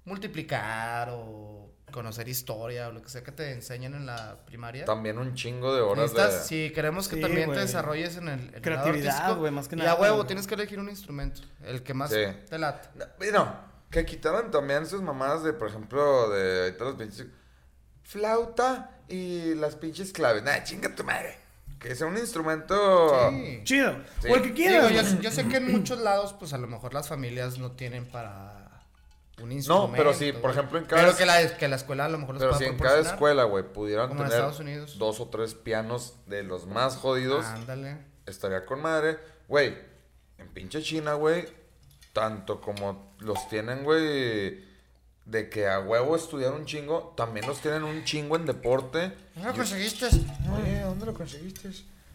multiplicar o conocer historia o lo que sea que te enseñen en la primaria. También un chingo de horas de... Necesitas, si queremos que Sí, también güey. te desarrolles en el, en el lado Creatividad, artístico, güey, más que Y nada, a huevo, güey. tienes que elegir un instrumento, el que más Sí. te late. No, Bueno, que quitaran también sus mamadas de, por ejemplo, de ahorita los pinches... Flauta y las pinches claves. Nah, chinga tu madre. Que sea un instrumento... Sí. Chido. Sí. O el que Digo, quieras. yo, güey. yo sé que en muchos lados, pues a lo mejor las familias no tienen para un instrumento. No, pero sí, por güey. ejemplo, en cada- Pero que la, que la escuela a lo mejor los Pero pueda si en cada proporcionar. escuela, güey, pudieran Como en tener Estados Unidos. Ah. dos o tres pianos de los más jodidos, Ándale. estaría con madre. Güey, en pinche China, güey, tanto como los tienen, güey, de que a huevo estudiar un chingo, también los tienen un chingo en deporte. ¿No lo Y- conseguiste? Oye, ¿dónde lo conseguiste?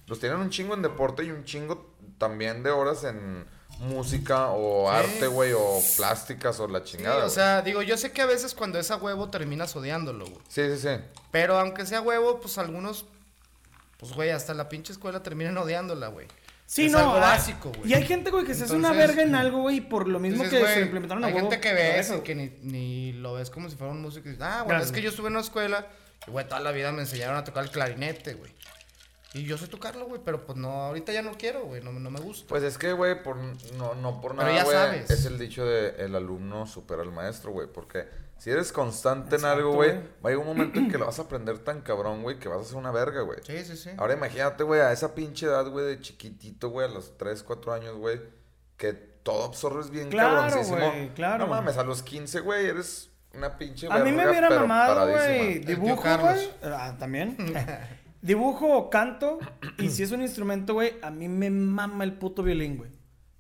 Los tienen un chingo en deporte y un chingo también de horas en música o arte, güey, o plásticas o la Sí, chingada. o güey. sea, digo, yo sé que a veces cuando es a huevo terminas odiándolo, güey. sí, sí, sí. Pero aunque sea huevo, pues algunos, pues güey, hasta la pinche escuela terminan odiándola, güey. Sí, es no. algo ah, básico, güey. Y hay gente, güey, que se hace una Entonces, mm. verga en algo, güey, y por lo mismo Dices, que se güey, implementaron a Hay huevo, gente que lo ves dejan. y que ni, ni lo ves como si fuera un músico. y dices, ah, bueno, Gracias. es que yo estuve en una escuela y, güey, toda la vida me enseñaron a tocar el clarinete, güey. Y yo sé tocarlo, güey, pero pues no, ahorita ya no quiero, güey, no, no me gusta. Pues es que, güey, por, no, no por Pero nada, ya güey, sabes. es el dicho de el alumno supera al maestro, güey, porque si eres constante en algo, güey, güey. va a llegar un momento en que lo vas a aprender tan cabrón, güey, que vas a hacer una verga, güey. Sí, sí, sí. Ahora imagínate, güey, a esa pinche edad, güey, de chiquitito, güey, a los 3, 4 años, güey, que todo absorbes bien Claro, cabroncísimo. güey, claro. No mames, a los 15, güey, eres una pinche A mí me verga, hubiera pero mamado, paradísima. güey. tío Dibujo, güey. Carlos. Ah, también. Dibujo o canto. Y si es un instrumento, güey, a mí me mama el puto violín, güey.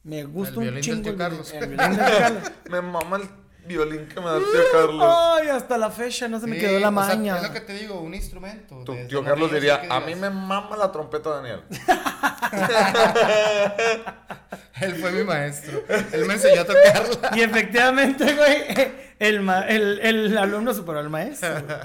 Me gusta El un violín del chingo tío el Carlos. violín- el violín del tío Carlos. Me mama el violín que me da el Ah, tío Carlos. Ay, hasta la fecha no se me quedó la o sea, maña. es lo que te digo, un instrumento. Tu desde tío Carlos morrillo, diría, ¿qué a mí digas? me mama la trompeta, Daniel. Él fue mi maestro. Él me enseñó a tocarla. Y efectivamente, güey, el, ma- el, el alumno superó al maestro. güey.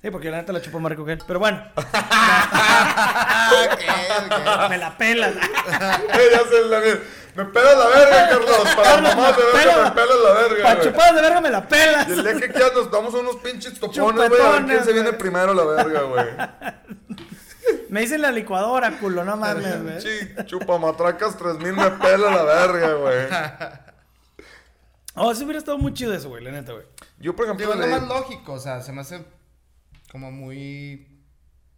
Sí, porque la neta la chupó Marco Gel. Pero bueno, Ah, ok, ok. me la pelan. Ella se la ve- Me pelas la verga, Carlos. Para Carlos, mamá de me verga, pela- me pelas la verga. Pa' güey. chupadas de verga me la pelas. Y el día que quieras nos damos unos pinches topones, güey. A ver quién Chupetones, se viene güey. primero la verga, güey. Me dicen la licuadora, culo, no mames, güey. Pinche chupamatracas 3000 me pela la verga, güey. Oh, sí hubiera estado muy chido eso, güey, la neta, güey. Yo, por Digo, ejemplo, es lo leí- más lógico, o sea, se me hace como muy,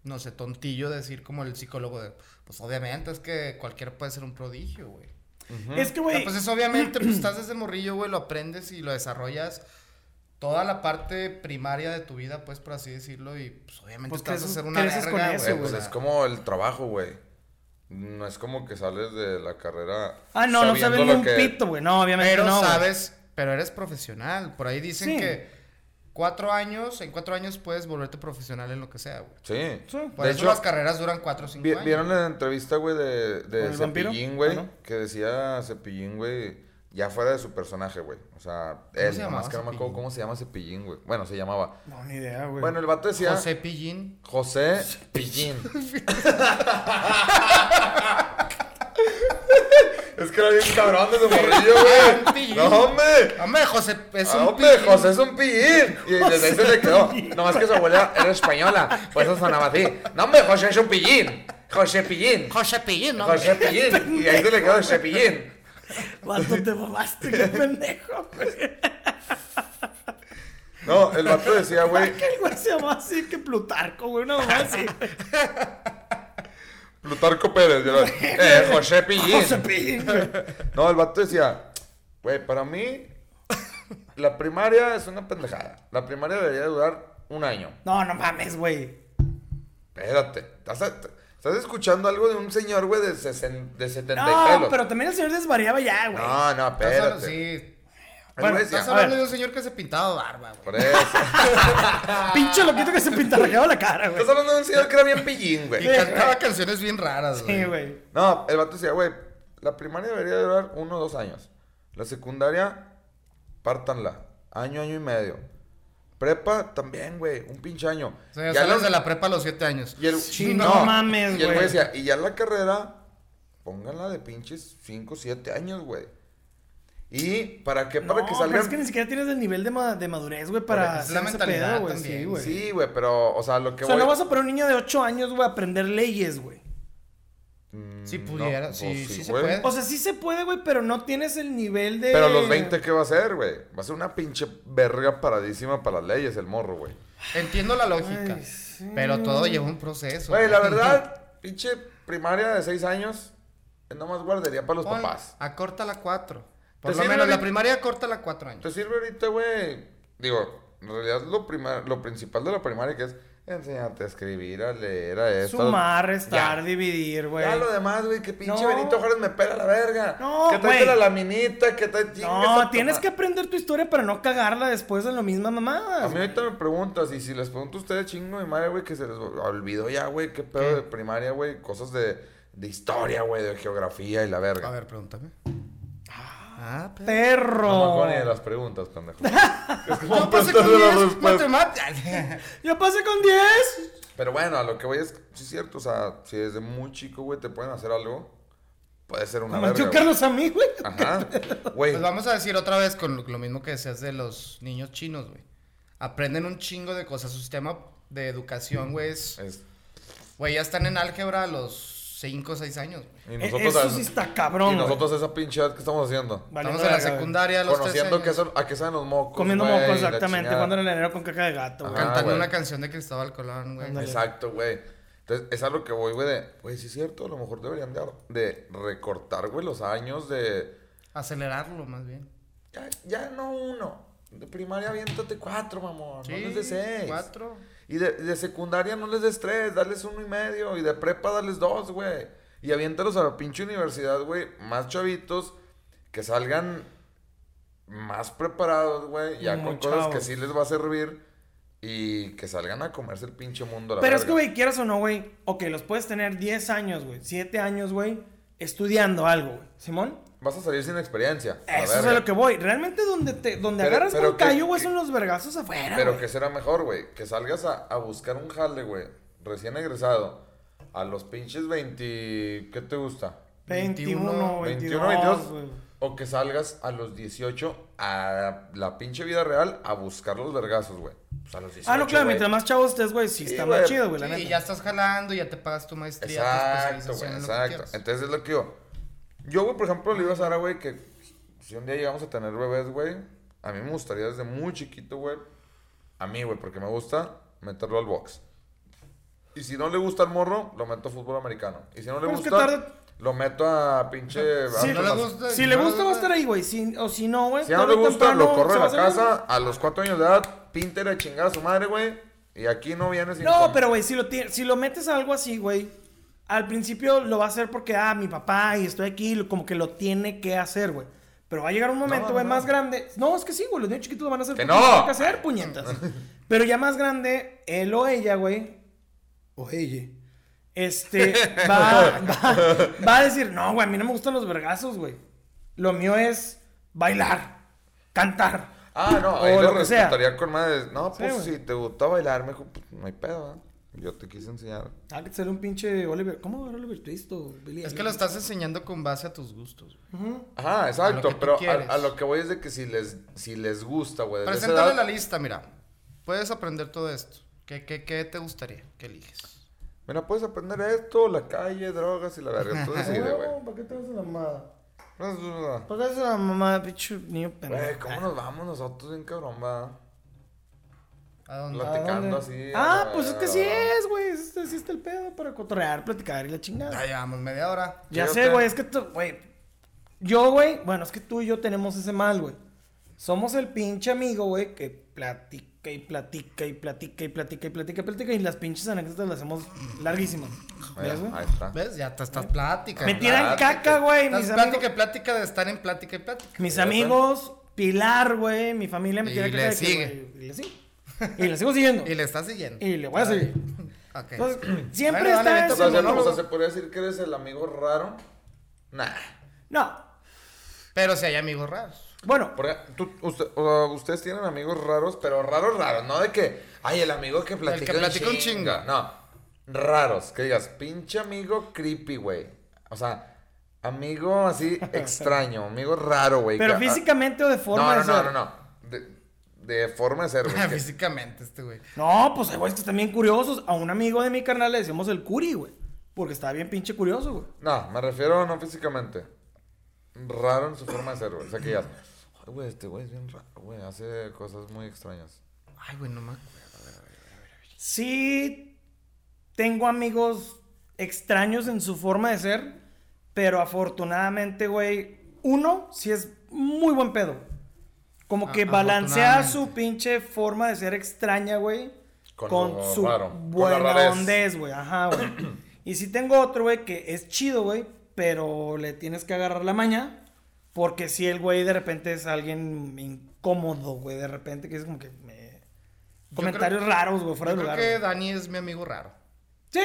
no sé, tontillo decir como el psicólogo de, pues obviamente es que cualquiera puede ser un prodigio, güey. Es que, O Ah, sea, güey, pues es obviamente, pues estás desde morrillo, güey, lo aprendes y lo desarrollas toda la parte primaria de tu vida, pues por así decirlo, y pues obviamente Pues te vas a creces- hacer una creces verga, con eso, Güey, güey. pues o sea, es como el trabajo, güey. No es como que sales de la carrera. Ah, no, no sabiendo saben ni lo un que- pito, güey. No, obviamente Pero no. güey. sabes, pero eres profesional, por ahí dicen Sí. que cuatro años, en cuatro años puedes volverte profesional en lo que sea, güey. Sí. Sí. Pues, Por de eso hecho, las carreras duran cuatro o cinco Vi- años. ¿Vieron la entrevista, güey, de, ¿Con de el vampiro? Cepillín, güey? Ah, ¿no? Que decía Cepillín, güey, ya fuera de su personaje, güey. O sea, él, se nada más llamaba que no me acuerdo Cepillín? cómo se llama Cepillín, güey. Bueno, se llamaba. No, ni idea, güey. Bueno, el vato decía José José, Pillín. Pillín. es que era bien cabrón de su morrillo, Ah, Un güey. pillín. ¡No, hombre! Hombre, José es Ah, un hombre, pillín. José es un pillín. Y desde ahí se le quedó. Nomás que su abuela era española, por eso sonaba así. No, hombre, José es un pillín. José Pillín. José Pillín, ¿no? José Pillín. Y ahí se le quedó José Pillín. ¿Cuánto te mamaste, qué pendejo, güey? No, el vato decía, güey, Que el güey se llamaba así que Plutarco, güey, una mamá así. Plutarco Pérez. yo lo- eh, José Pillín. José Pillín, güey. No, el vato decía, güey, para mí, la primaria es una pendejada. La primaria debería durar un año. No, no mames, güey. Espérate. ¿Estás, estás escuchando algo de un señor, güey, de, sesen- de 70 y No, pelos? pero también el señor desvariaba ya, güey. No, no, Estás hablando- espérate. Sí. El Bueno, güey decía, Estás a hablando ver. de un señor que se pintaba barba, güey. Por eso. Pinche loquito que se pintarrajeaba la cara, güey. Estás hablando de un señor que era bien pillín, Y güey. cantaba canciones bien raras, güey. Sí, güey. No, el vato decía, güey, la primaria debería durar uno o dos años. La secundaria, pártanla. Año, año y medio. Prepa también, güey. Un pinche año. O sea, ya Ya sales la- de la prepa a los siete años. y el- Sí, no Y mames, el güey. güey decía, y ya la carrera, pónganla de pinches 5, 7 años, güey. Y para que, para no, que pero salgan. es que ni siquiera tienes el nivel de, ma- de madurez, güey, para Porque es la hacer ese mentalidad pedo, güey. también, Sí, güey. Sí, güey, pero, o sea, lo que o sea, voy- no vas a poner a un niño de 8 años, güey, a aprender leyes, güey. Mm, Si no, pudiera, pues sí, sí se güey. puede. O sea, sí se puede, güey, pero no tienes el nivel de. Pero los 20, ¿qué va a hacer, güey? Va a ser una pinche verga paradísima para las leyes, el morro, güey. Entiendo la lógica. Ay, sí. Pero todo lleva un proceso. Güey, la verdad, pinche primaria de 6 años, es nomás guardería para los Pon- papás. Acórtala a cuatro. Por Te lo sirve menos la ahorita- primaria acórtala a cuatro años. Te sirve ahorita, güey. Digo, en realidad lo, primar- lo principal de la primaria que es enséñate a escribir, a leer, a esto. Sumar, restar, Ya. dividir, güey. Ya lo demás, güey, que pinche No. Benito Juárez me pela la verga. No, que trae güey. la laminita, que trae No, tienes que aprender tu historia para no cagarla después de la misma mamada. A mí ahorita me preguntas, y si les pregunto a ustedes, chingo mi madre, güey, que se les olvidó ya, güey, qué pedo de primaria, güey, cosas de, de historia, güey, de geografía y la verga. A ver, pregúntame. Ah, pero... Perro. No me acuerdo ni de las preguntas, pendejo. es como No pues, pasé con preguntarle la 10 respuesta. matemáticas. Ya pasé con 10. Pero bueno, a lo que voy es, sí es cierto, o sea, si desde muy chico, güey, te pueden hacer algo, puede ser una Me verga. metió güey. Carlos a mí, güey. Ajá, güey. Pues vamos a decir otra vez con lo, lo mismo que decías de los niños chinos, güey. Aprenden un chingo de cosas. Su sistema de educación, güey, es... es- Güey, ya están en álgebra a los 5 o 6 años, güey. y E- nosotros, Eso sí está cabrón. y güey. nosotros esa pinche edad que estamos haciendo. Estamos Valiendo en la verga, güey. secundaria a los 13 Conociendo años, que son, a qué saben los mocos, Comiendo güey, mocos, y la exactamente. chingada. Jugando en el enero con caca de gato, güey. Ajá. Cantando Ah, güey. una canción de Cristóbal Colón, güey. Ándale. Exacto, güey. Entonces, es a lo que voy, güey, de, güey, sí es cierto, a lo mejor deberían de, de recortar, güey, los años de, Acelerarlo, más bien. ya, ya no uno, de primaria aviéntate cuatro, mamón, no les de seis. cuatro. Y de, de secundaria no les des tres, dales uno y medio, y de prepa dales dos, güey. Y aviéntalos a la pinche universidad, güey, más chavitos, que salgan más preparados, güey, ya Muy con cosas que chavos. sí les va a servir, y que salgan a comerse el pinche mundo a la Pero es verga. que, güey, quieras o no, güey. Ok, los puedes tener 10 años, güey. 7 años, güey. Estudiando algo, güey. Simón. Vas a salir sin experiencia. a la Eso es a verga. lo que voy. Realmente donde te, donde Pero- agarras pero con que- callo, güey, que- son los vergazos afuera. Pero Ah, güey. que será mejor, güey. Que salgas a, a buscar un jale, güey. Recién egresado. A los pinches 20... ¿Qué te gusta? 21, 21, 22, 22. güey. O que salgas a los 18 a la pinche vida real a buscar los vergazos, güey. Pues a los 18, Ah, no, claro, güey. mientras más chavos estés, güey, sí Sí, está güey. más chido, güey, la Sí, neta. ya estás jalando, ya te pagas tu maestría, tu Exacto, especialización, güey, en lo que exacto. quieras. Entonces es lo que yo. Yo, güey, por ejemplo, le digo a Sara, güey, que si un día llegamos a tener bebés, güey, a mí me gustaría desde muy chiquito, güey, a mí, güey, porque me gusta meterlo al box. Y si no le gusta al morro, lo meto a fútbol americano. Y si no le Pero es que gusta, tarde- lo meto a pinche. Sí, a- no a- le gusta, Si le no gusta, va a estar ahí, güey. Si, o si no, güey. Si no tarde le o gusta, temprano lo corro se de va la a salir, casa a los cuatro años de edad, píntele a chingar a su madre, güey. Y aquí no viene sin. No, com- pero güey, si lo, tie- si lo metes a algo así, güey, al principio lo va a hacer porque, ah, mi papá y estoy aquí, lo- como que lo tiene que hacer, güey. Pero va a llegar un momento, no, güey, no. más grande. No, es que sí, güey, los niños chiquitos lo van a hacer ¡Que porque no! lo tienen que hacer, puñetas. Pero ya más grande, él o ella, güey, o ella, este, va, va- va a decir, no, güey, a mí no me gustan los vergazos, güey. Lo mío es bailar, cantar. Ah, no, o ahí lo lo que sea. respetaría con madres. No, Sí, pues güey. si te gustó bailar, mejor, pues no hay pedo, ¿eh? Yo te quise enseñar. Ah, que sale un pinche Oliver. ¿Cómo era Oliver Twist o Billy Es que Elliot? lo estás enseñando con base a tus gustos. güey. Ajá, A lo que exacto, tú pero quieres. a, a lo que voy es de que si les, si les gusta, güey. desde esa Preséntale edad- la lista, mira. Puedes aprender todo esto. ¿Qué, qué, qué te gustaría? ¿Qué eliges? Mira, puedes aprender esto, la calle, drogas y la verga. Tú Ah, decide, güey. No, ¿para qué te vas a la mamada? No es duda. ¿Para qué te vas a la mamada, pinche niño Güey, pendejo? ¿cómo nos vamos nosotros bien cabrón, va? ¿A dónde? La- platicando así, a Ah, la pues es verga, que sí ¿verdad? es, güey. Es- Así está el pedo para cotorrear, platicar y la chingada. Ya llevamos media hora. ya yo sé, te- güey. Es que tú, güey. Yo, güey. Bueno, es que tú y yo tenemos ese mal, güey. Somos el pinche amigo, güey, que platica y platica y platica y platica y platica y platica y las pinches anécdotas las hacemos larguísimas. Mira, ¿Ves, güey? ahí está. ¿Ves? Ya te estás plática. Me tiran plática. caca, güey. Estás Mis amigos. plática y plática de estar en plática y plática. Mis Ya amigos, Pilar, güey, mi familia me Y tiene que le saber que, sigue. güey, Y le sigo. Y le sigo siguiendo. Y le estás siguiendo. Y le voy a seguir. Ok. Entonces, siempre Bueno, dale, está ahorita O sea, ese o sea, monólogo. ¿se podría decir que eres el amigo raro? Nah. No. Pero si hay amigos raros. Bueno, Porque tú- usted- o- ustedes tienen amigos raros, pero raros, raros. No de que, ay, el amigo que platica, que un platica un chingo". chingo. No, raros. Que digas, pinche amigo creepy, güey. O sea, amigo así extraño, amigo raro, güey. pero que- físicamente o de No, forma no, de no, ser. no, no. De, de forma de ser, Ah, güey. que- Físicamente, este güey. No, pues hay güeyes que están bien curiosos. A un amigo de mi carnal le decíamos el curi, güey. Porque estaba bien pinche curioso, güey. No, me refiero no físicamente. Raro en su forma de ser, güey. O sea, que digas, ay, güey, este güey es bien raro, güey. Hace cosas muy extrañas. Ay, güey, no me acuerdo. Sí, tengo amigos extraños en su forma de ser, pero afortunadamente, güey, uno sí es muy buen pedo. Como A- que balancea su afortunadamente. pinche forma de ser extraña, güey, Con con, lo su raro, con la buena rarez. ondez, güey. Ajá, güey. y sí tengo otro, güey, que es chido, güey, pero le tienes que agarrar la maña. Porque si el güey de repente es alguien incómodo, güey, de repente que es como que... me- Yo Comentarios creo- raros, güey, fuera Yo de creo lugar. que güey. Dani es mi amigo raro. Sí.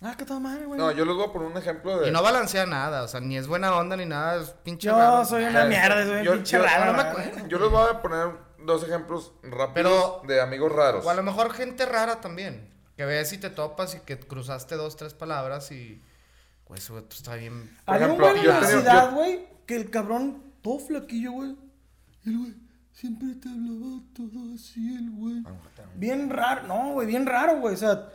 Ah, qué toda madre, güey. No, yo les voy a poner un ejemplo de. Y no balancea nada, o sea, ni es buena onda ni nada, es pinche Yo raro. soy una mierda, soy Yo- un pinche yo- raro. no me güey. acuerdo. Yo les voy a poner dos ejemplos rápidos Pero- de amigos raros. O a lo mejor gente rara también. Que ves y te topas y que cruzaste dos, tres palabras y. Güey, ese güey pues, está bien. Por Había un ejemplo, güey en yo la tenía- ciudad, yo- güey, que el cabrón, todo flaquillo, güey. El güey siempre te hablaba todo así, el güey. Ah, Bien raro, no, güey, bien raro, güey. O sea,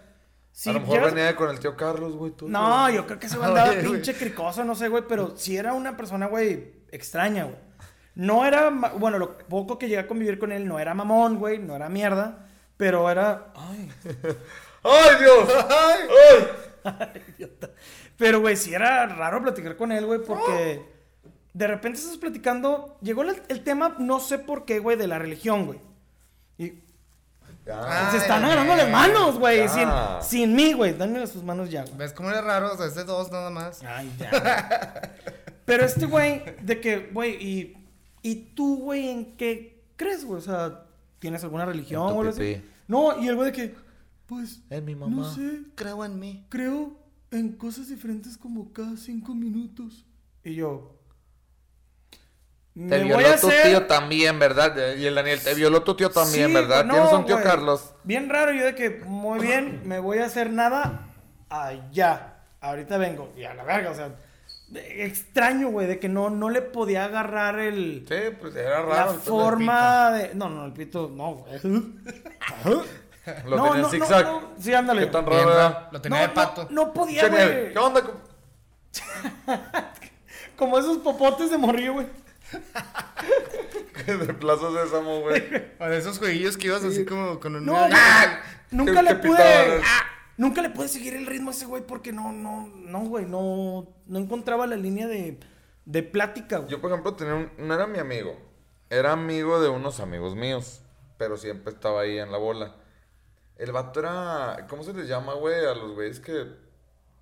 si a lo mejor llegas- venía con el tío Carlos, güey. todo. No, yo creo que se andaba Oye, güey. pinche cricoso, no sé, güey, pero sí era una persona, güey, extraña, güey. No era, ma- bueno, lo poco que llegué a convivir con él no era mamón, güey, no era mierda, pero era, ay, ¡Ay, Dios! ¡Ay! idiota. Pero, güey, sí era raro platicar con él, güey, porque de repente estás platicando, llegó el, el tema, no sé por qué, güey, de la religión, güey. Y Ya. Ah. se están Ay, agarrando las güey. manos, güey, sin, Ya. sin mí, güey, dame sus manos ya, güey. ¿Ves cómo eres raro? O sea, es de dos nada más. Ah, Ay, ya. güey. Pero este güey, de que, güey, y, y tú, güey, ¿en qué crees, güey? O sea, ¿tienes alguna religión En tu o algo así? pipí. No, y el güey de que, pues, Es mi no mamá. sé, Creo en mí. creo en cosas diferentes como cada cinco minutos. Y yo... Te me violó voy a tu hacer- tío también, ¿verdad? Y el Daniel, te violó tu tío también, Sí, ¿verdad? güey, no, Tienes un tío güey. Carlos. Bien raro, yo de que, muy bien, me voy a hacer nada allá. Ahorita vengo. Y a la verga, o sea, de- extraño, güey, de que no, no le podía agarrar el... Sí, pues era raro. la entonces, forma de... No, no, el pito, no, güey. Lo no, tenía no, en no, zigzag. no, sí, ándale. Qué tan Bien, raro era. raro. Lo no, tenía de no, pato. No, podía, Daniel, güey. ¿Qué onda? com- Como esos popotes de morrillo, güey. De Plaza Sésamo, güey. O de esos jueguillos que ibas así como con un. No, ¡Ah! no, nunca Te- le te pude. Ah, pitaban. Nunca le pude seguir el ritmo a ese güey porque no, no, no, güey, no, no encontraba la línea de, de plática, güey. Yo, por ejemplo, tenía un... No era mi amigo. Era amigo de unos amigos míos. Pero siempre estaba ahí en la bola. El vato era... ¿Cómo se les llama, güey? A los güeyes que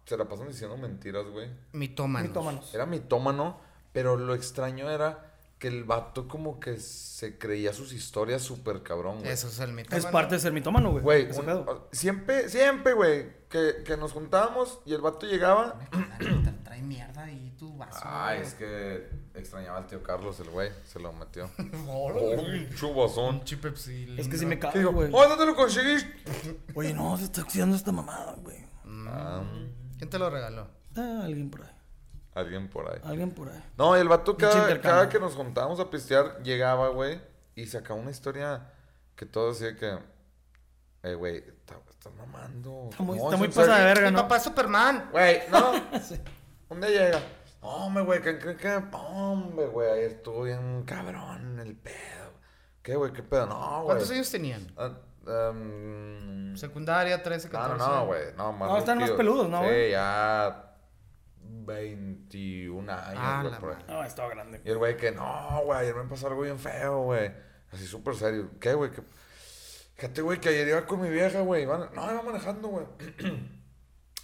se la pasan diciendo mentiras, güey. Mitómanos. Mitómanos. Era mitómano, pero lo extraño era que el vato como que se creía sus historias súper cabrón, güey. Eso es el mitómano. Es parte de ser mitómano, güey. Güey, Ese un- pedo. o- siempre, siempre, güey, que, que nos juntábamos y el vato llegaba. Dani, Trae mierda y tu vaso. Ay, Ah, es que extrañaba al tío Carlos, el güey, se lo metió. Un chubazón. chipepsi. Es que si me ¿Qué cago, digo? güey. ¡Oh, no te lo conseguiste! Oye, no, se está oxidando esta mamada, güey. Ah, ¿Quién te lo regaló? Ah, alguien por ahí. Alguien por ahí. Alguien por ahí. No, y el vato Pinche cada, intercambio. cada que nos juntábamos a pistear, llegaba, güey, y sacaba una historia que todo decía que... Eh, güey, está- estás mamando. Está muy, No, está es muy en serio. pasada de verga, Mi ¿no? papá es Superman. Güey, no. Un día llega. Hombre, güey, que, que, que, hombre, güey, ayer estuvo bien cabrón el pedo. ¿Qué, güey? ¿Qué pedo? No, güey. ¿Cuántos años tenían? Ah, em, Secundaria, 13, no, 14. no, no, güey. No, más No, están más ruquillos. peludos, ¿no, Sí, güey? ya 21 años, Ah, güey, la por ahí. madre. No, estaba grande. Y el güey que, no, güey, ayer me pasó algo bien feo, güey. Así súper serio. ¿Qué, güey? ¿Qué? Fíjate, güey, que ayer iba con mi vieja, güey. iba- No, iba manejando, güey.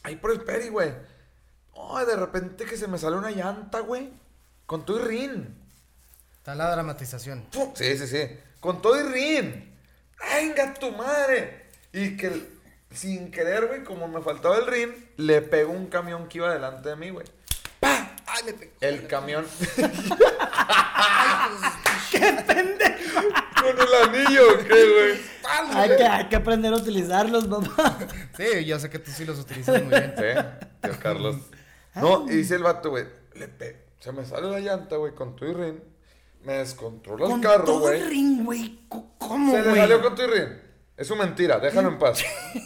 Ahí por el peri, güey. Oh, de repente que se me sale una llanta, güey. Con todo y rin. Está la dramatización. ¡Pum! Sí, sí, sí. Con todo y rin. ¡Venga tu madre! Y que el- sin querer, güey, como me faltaba el rin, le pegó un camión que iba delante de mí, güey. ¡Pa! Ay, me pegó. El camión Ay, pues, con el anillo, ¿qué, güey? palo, Hay güey. que, hay que aprender a utilizarlos, papá. Sí, yo sé que tú sí los utilizas muy bien. Sí, ¿eh? tío Carlos. No, y dice el vato, güey, le pe- se me sale la llanta, güey, con tu irrín. Me descontrola el Con carro, todo el güey. ring, güey. Co- ¿Cómo, Se le güey? salió con tu irrín. Es su mentira, déjalo en paz.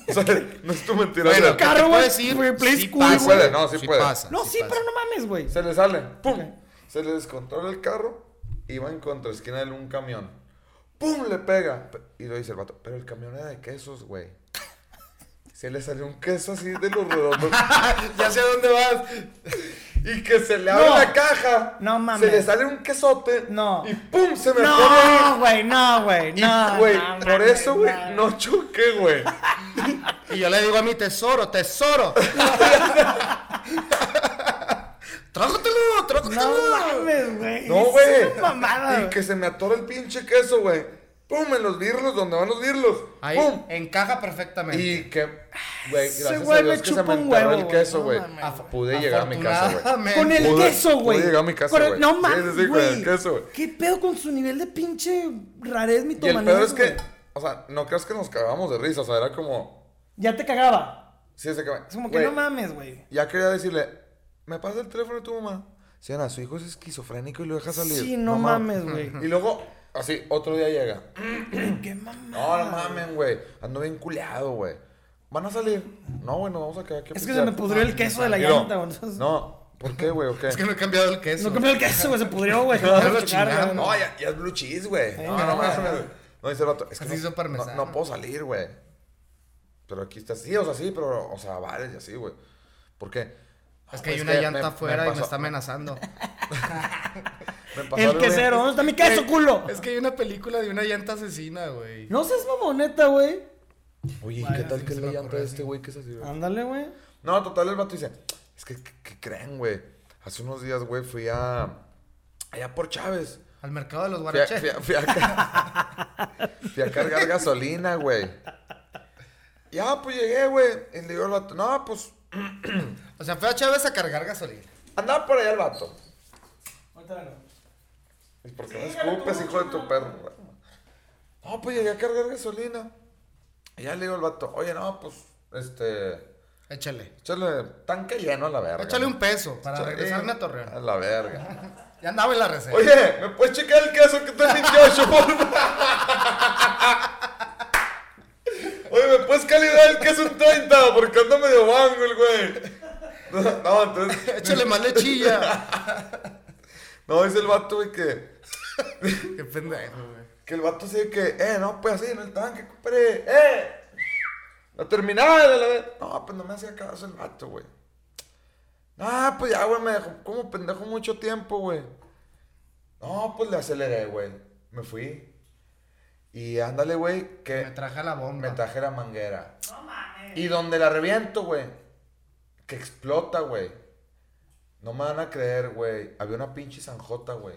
O sea, no es tu mentira. Bueno, güey. ¿qué te carro, puedo güey, decir? replace Sí cool, pasa, güey. puede, no, sí puede. pasa, No, sí, pasa. pero no mames, güey. Se le sale, pum. Ok. Se le descontrola el carro y va en contra esquina de un camión. ¡Pum! Le pega. Pe- Y lo dice el vato, pero el camión era de quesos, güey. Se le salió un queso así de los redondos. ya sé a dónde vas. Y que se le abre No. la caja. No mames. Se le sale un quesote. No. Y pum, se me pone No, ahí. güey, no, güey. Y, No, güey, no, por mames, eso, güey, no choqué, güey. Y yo le digo a mi tesoro, tesoro. trájatelo, No trájatelo. mames, güey. No, Es güey. una mamada, Y güey. que se me atora el pinche queso, güey. Pum, en los birlos, donde van los birlos. Ahí Pum. encaja perfectamente. Y que, güey, Ese gracias güey a me Dios que se chupa me un enteró huevo, el güey. queso, No güey. mames. Af- Pude llegar a mi casa, güey. afortunadamente. Con el Pude- queso, güey. pude llegar a mi casa, Con el- güey. No Sí, mames, sí, sí, con el güey. queso, güey. ¿Qué pedo con su nivel de pinche rarez Y el mitomanía? pedo es güey? que, o sea, no creas que nos cagábamos de risa, o sea, era como. Ya te cagaba. Sí, se cagaba. Es como que Güey, no mames, güey. Ya quería decirle, me pasa el teléfono de tu mamá. Sí, Ana, su hijo es esquizofrénico y lo deja salir. Sí, no Mamá. mames, güey. Y luego, así, otro día llega. Qué mamada. No, no mamen, güey. Ando bien culeado, güey. ¿Van a salir? No, güey, nos vamos a quedar aquí. a Es que se pistear. me pudrió el queso de la Y luego, llanta, güey. entonces- No, ¿por qué, güey? ¿O qué? Es que no he cambiado el queso. No cambió el queso, güey. Se pudrió, güey. Ya lo Carga, chingamos. güey. No, ya, ya es blue cheese, güey. No, no, no, mames, no. güey. No, dice el vato. Es que Así no, hizo parmesano. no- no puedo salir, güey. Pero aquí está así, o sea, sí, pero, o sea, vale, y así, güey. ¿Por qué? Es "No, que hay güey, una llanta me- afuera y me pasó- está amenazando. me pasó El algo bien- Eh, quesero. ¿Dónde está mi queso, Güey, culo? Es que hay una película de una llanta asesina, güey. No seas mamoneta, güey. Oye, ¿y Vaya, qué tal sí, que se es la me llanta ocurrió de así. este güey que es así, güey? Ándale, güey. No, total, el vato dice, es que, ¿qué, qué creen, güey? Hace unos días, güey, fui a... Allá por Chávez. Al mercado de los Fui a, guaraches. fui a- fui a ca- fui a cargar gasolina, güey. Ya, pues llegué, güey. Y le digo al vato, no, pues... O sea, fue a Chávez a cargar gasolina. Andaba por allá el vato. Ahorita vengo. ¿Y por qué me escupes, hijo de tu perro? No, pues llegué a cargar gasolina. Y ya le digo al vato, oye, no, pues, este... Échale. Échale tanque lleno a la verga. Échale un peso para Échale- regresarme a A Torreón. la verga. Ya andaba en la reserva. Oye, ¿me puedes checar el queso que está en 28, por favor? Oye, ¿me puedes calibrar el queso en 30? Porque anda medio vango el güey. No, no, entonces. Échale más lechilla. No, dice el vato, güey, que. Qué pendejo, güey. Que el vato así de que, eh, no, pues así en el tanque, compadre, eh. La terminal, a la vez. No, pues no me hacía caso el vato, güey. No, pues ya, güey, me dejó como pendejo mucho tiempo, güey. No, pues le aceleré, güey. Me fui. Y ándale, güey, que Me traje a la bomba. Eh, me traje la manguera. Y donde la reviento, güey. Que explota, güey. No me van a creer, güey. Había una pinche zanjota, güey.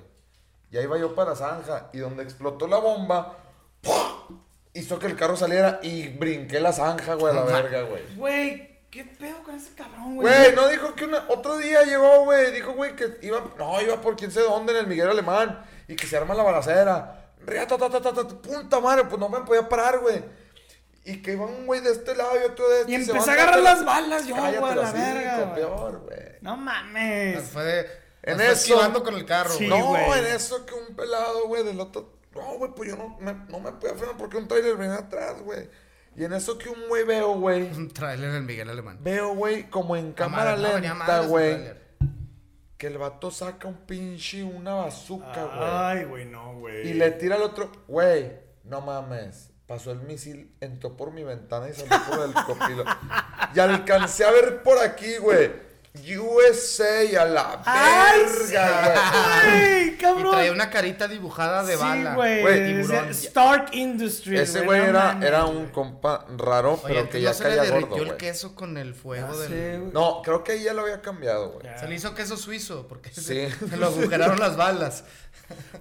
Y ahí iba yo para la zanja. Y donde explotó la bomba, ¡pua! hizo que el carro saliera y brinqué la zanja, güey, a la verga, güey. Güey, ¿qué pedo con ese cabrón, güey? Güey, no dijo que una, otro día llegó, güey. Dijo, güey, que iba. No, iba por quién sé dónde en el Miguel Alemán. Y que se arma la balacera. Ria, ta, ta, ta, ta, ta, ta, punta madre, pues no me podía parar, güey. Y que iba un güey de este lado y otro de este. Y se van empecé a agarrar dando- las balas yo, Cállate güey, a el la verga, hocico, güey. peor, güey. No Las mames. Pues, Fue de. En las fue eso- esquivando con el carro, Sí. güey. no, güey. en eso que un pelado, güey, del otro. No, güey, pues yo no me, no me podía frenar porque un trailer venía atrás, güey. Y en eso que un güey veo, güey. Un trailer del Miguel Alemán. Veo, güey, como en cámara Cámara, no, venía lenta, madre su güey. tráiler. Que el vato saca un pinche, una bazooka, güey. Ay, güey, no, güey. Y le tira al otro, güey, no mames. Pasó el misil, entró por mi ventana y salió por el copiloto. Y alcancé a ver por aquí, güey. USA a la ¡Ay, sí, verga, güey! Y ¡Cabrón! traía una carita dibujada de bala. Sí, güey. Güey, decía tiburón. Stark Industries, güey. Ese güey no era, mames. era un compa raro, Oye, pero que ya no se le caía derritió gordo, el güey. Ah, queso con el Ya fuego del. sé, güey. No, creo que ahí ya lo había cambiado, güey. Se le hizo queso suizo porque Sí. se, se lo agujeraron las balas.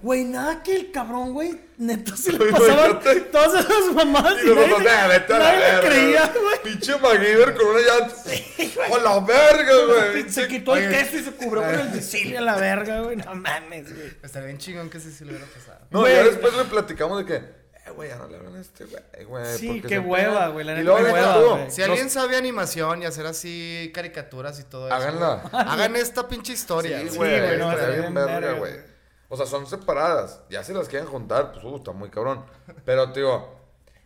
Güey, nada que el cabrón, güey. Neta se le Güey, pasaban imagínate. todas esas mamadas. Y Y luego, nadie, "Nah, vete a la nadie le verga, creía, güey". güey. Pinche MacGyver con una llanta. ¡A la verga, güey! Se quitó el Oye. queso y se cubrió con el Sicily a la verga, güey. No mames, güey. Estaría bien chingón que sí se le hubiera pasado. No, Güey. ya después le platicamos de que, eh, güey, ya no le hablan a este, güey, güey. Sí, porque qué se- hueva, güey, la Y neta, luego qué deja hueva, tú, güey. Si alguien sabe animación y hacer así caricaturas y todo eso. Háganla. güey, Hagan esta pinche historia. Sí, güey. güey, güey, no, estaría estaría bien bien verga, verga, güey. güey. O sea, son separadas. Ya se las quieren juntar, pues, uh, está muy cabrón. Pero, tío,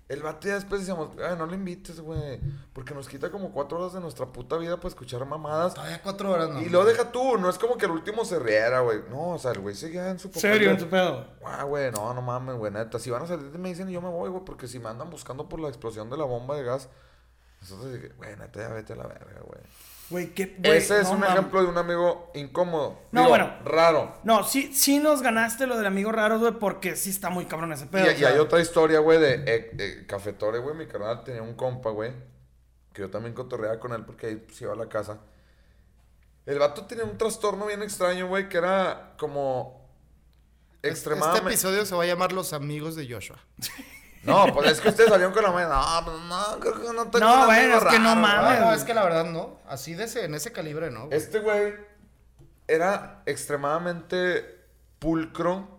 el vato ya después decíamos, ay, no le invites, güey. Porque nos quita como cuatro horas de nuestra puta vida para escuchar mamadas. Ah, Todavía cuatro horas, ¿no? Este Y lo deja tú, no es como que el último se riera, güey. No, o sea, el güey seguía en su papel. Serio, en de- tu pedo. Ah, güey, no, no mames, güey, neta. Si van a salir, me dicen y yo me voy, güey, porque si me andan buscando por la explosión de la bomba de gas, nosotros dije, güey, neta, ya vete a la verga, güey. Güey, qué güey, Ese es no un mames. ejemplo de un amigo incómodo. No, digo, bueno. Raro. No, sí, sí nos ganaste lo del amigo raro, güey, porque sí está muy cabrón ese pedo. Y- o y, sea. hay otra historia, güey, de eh, eh, Cafetore, güey. Mi carnal tenía un compa, güey. Que yo también cotorreaba con él porque ahí pues, iba a la casa. El vato tenía un trastorno bien extraño, güey, que era como Este extremadamente... episodio se va a llamar Los Amigos de Joshua. No, pues es que ustedes salieron con la mano. No, pues, no, creo que no tengo No, un bueno, amigo es que no raro, güey". mames. Ah, no, es que la verdad no. Así de ese, en ese calibre, ¿no? güey? Este güey era extremadamente pulcro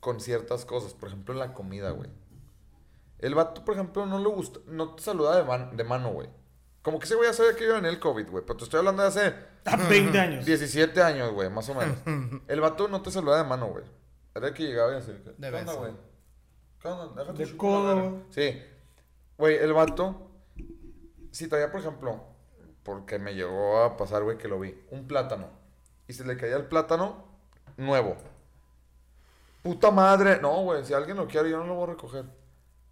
con ciertas cosas. Por ejemplo, en la comida, güey. El vato, por ejemplo, no le gusta, no te saluda de, man- de mano, güey. Como que ese güey ya sabía que iba en el COVID, güey. Pero te estoy hablando de hace A 20 años. 17 años, güey, más o menos. El vato no te saluda de mano, güey. Era el que llegaba y así. ¿qué- De ¿Qué onda, beso. güey? ¿Qué onda? Déjate De chupar la codo, verga. güey. Sí. Güey, el vato. Si traía, por ejemplo, porque me llegó a pasar, güey, que lo vi, un plátano. Y se le caía el plátano nuevo. Puta madre. No, güey, si alguien lo quiere, yo no lo voy a recoger.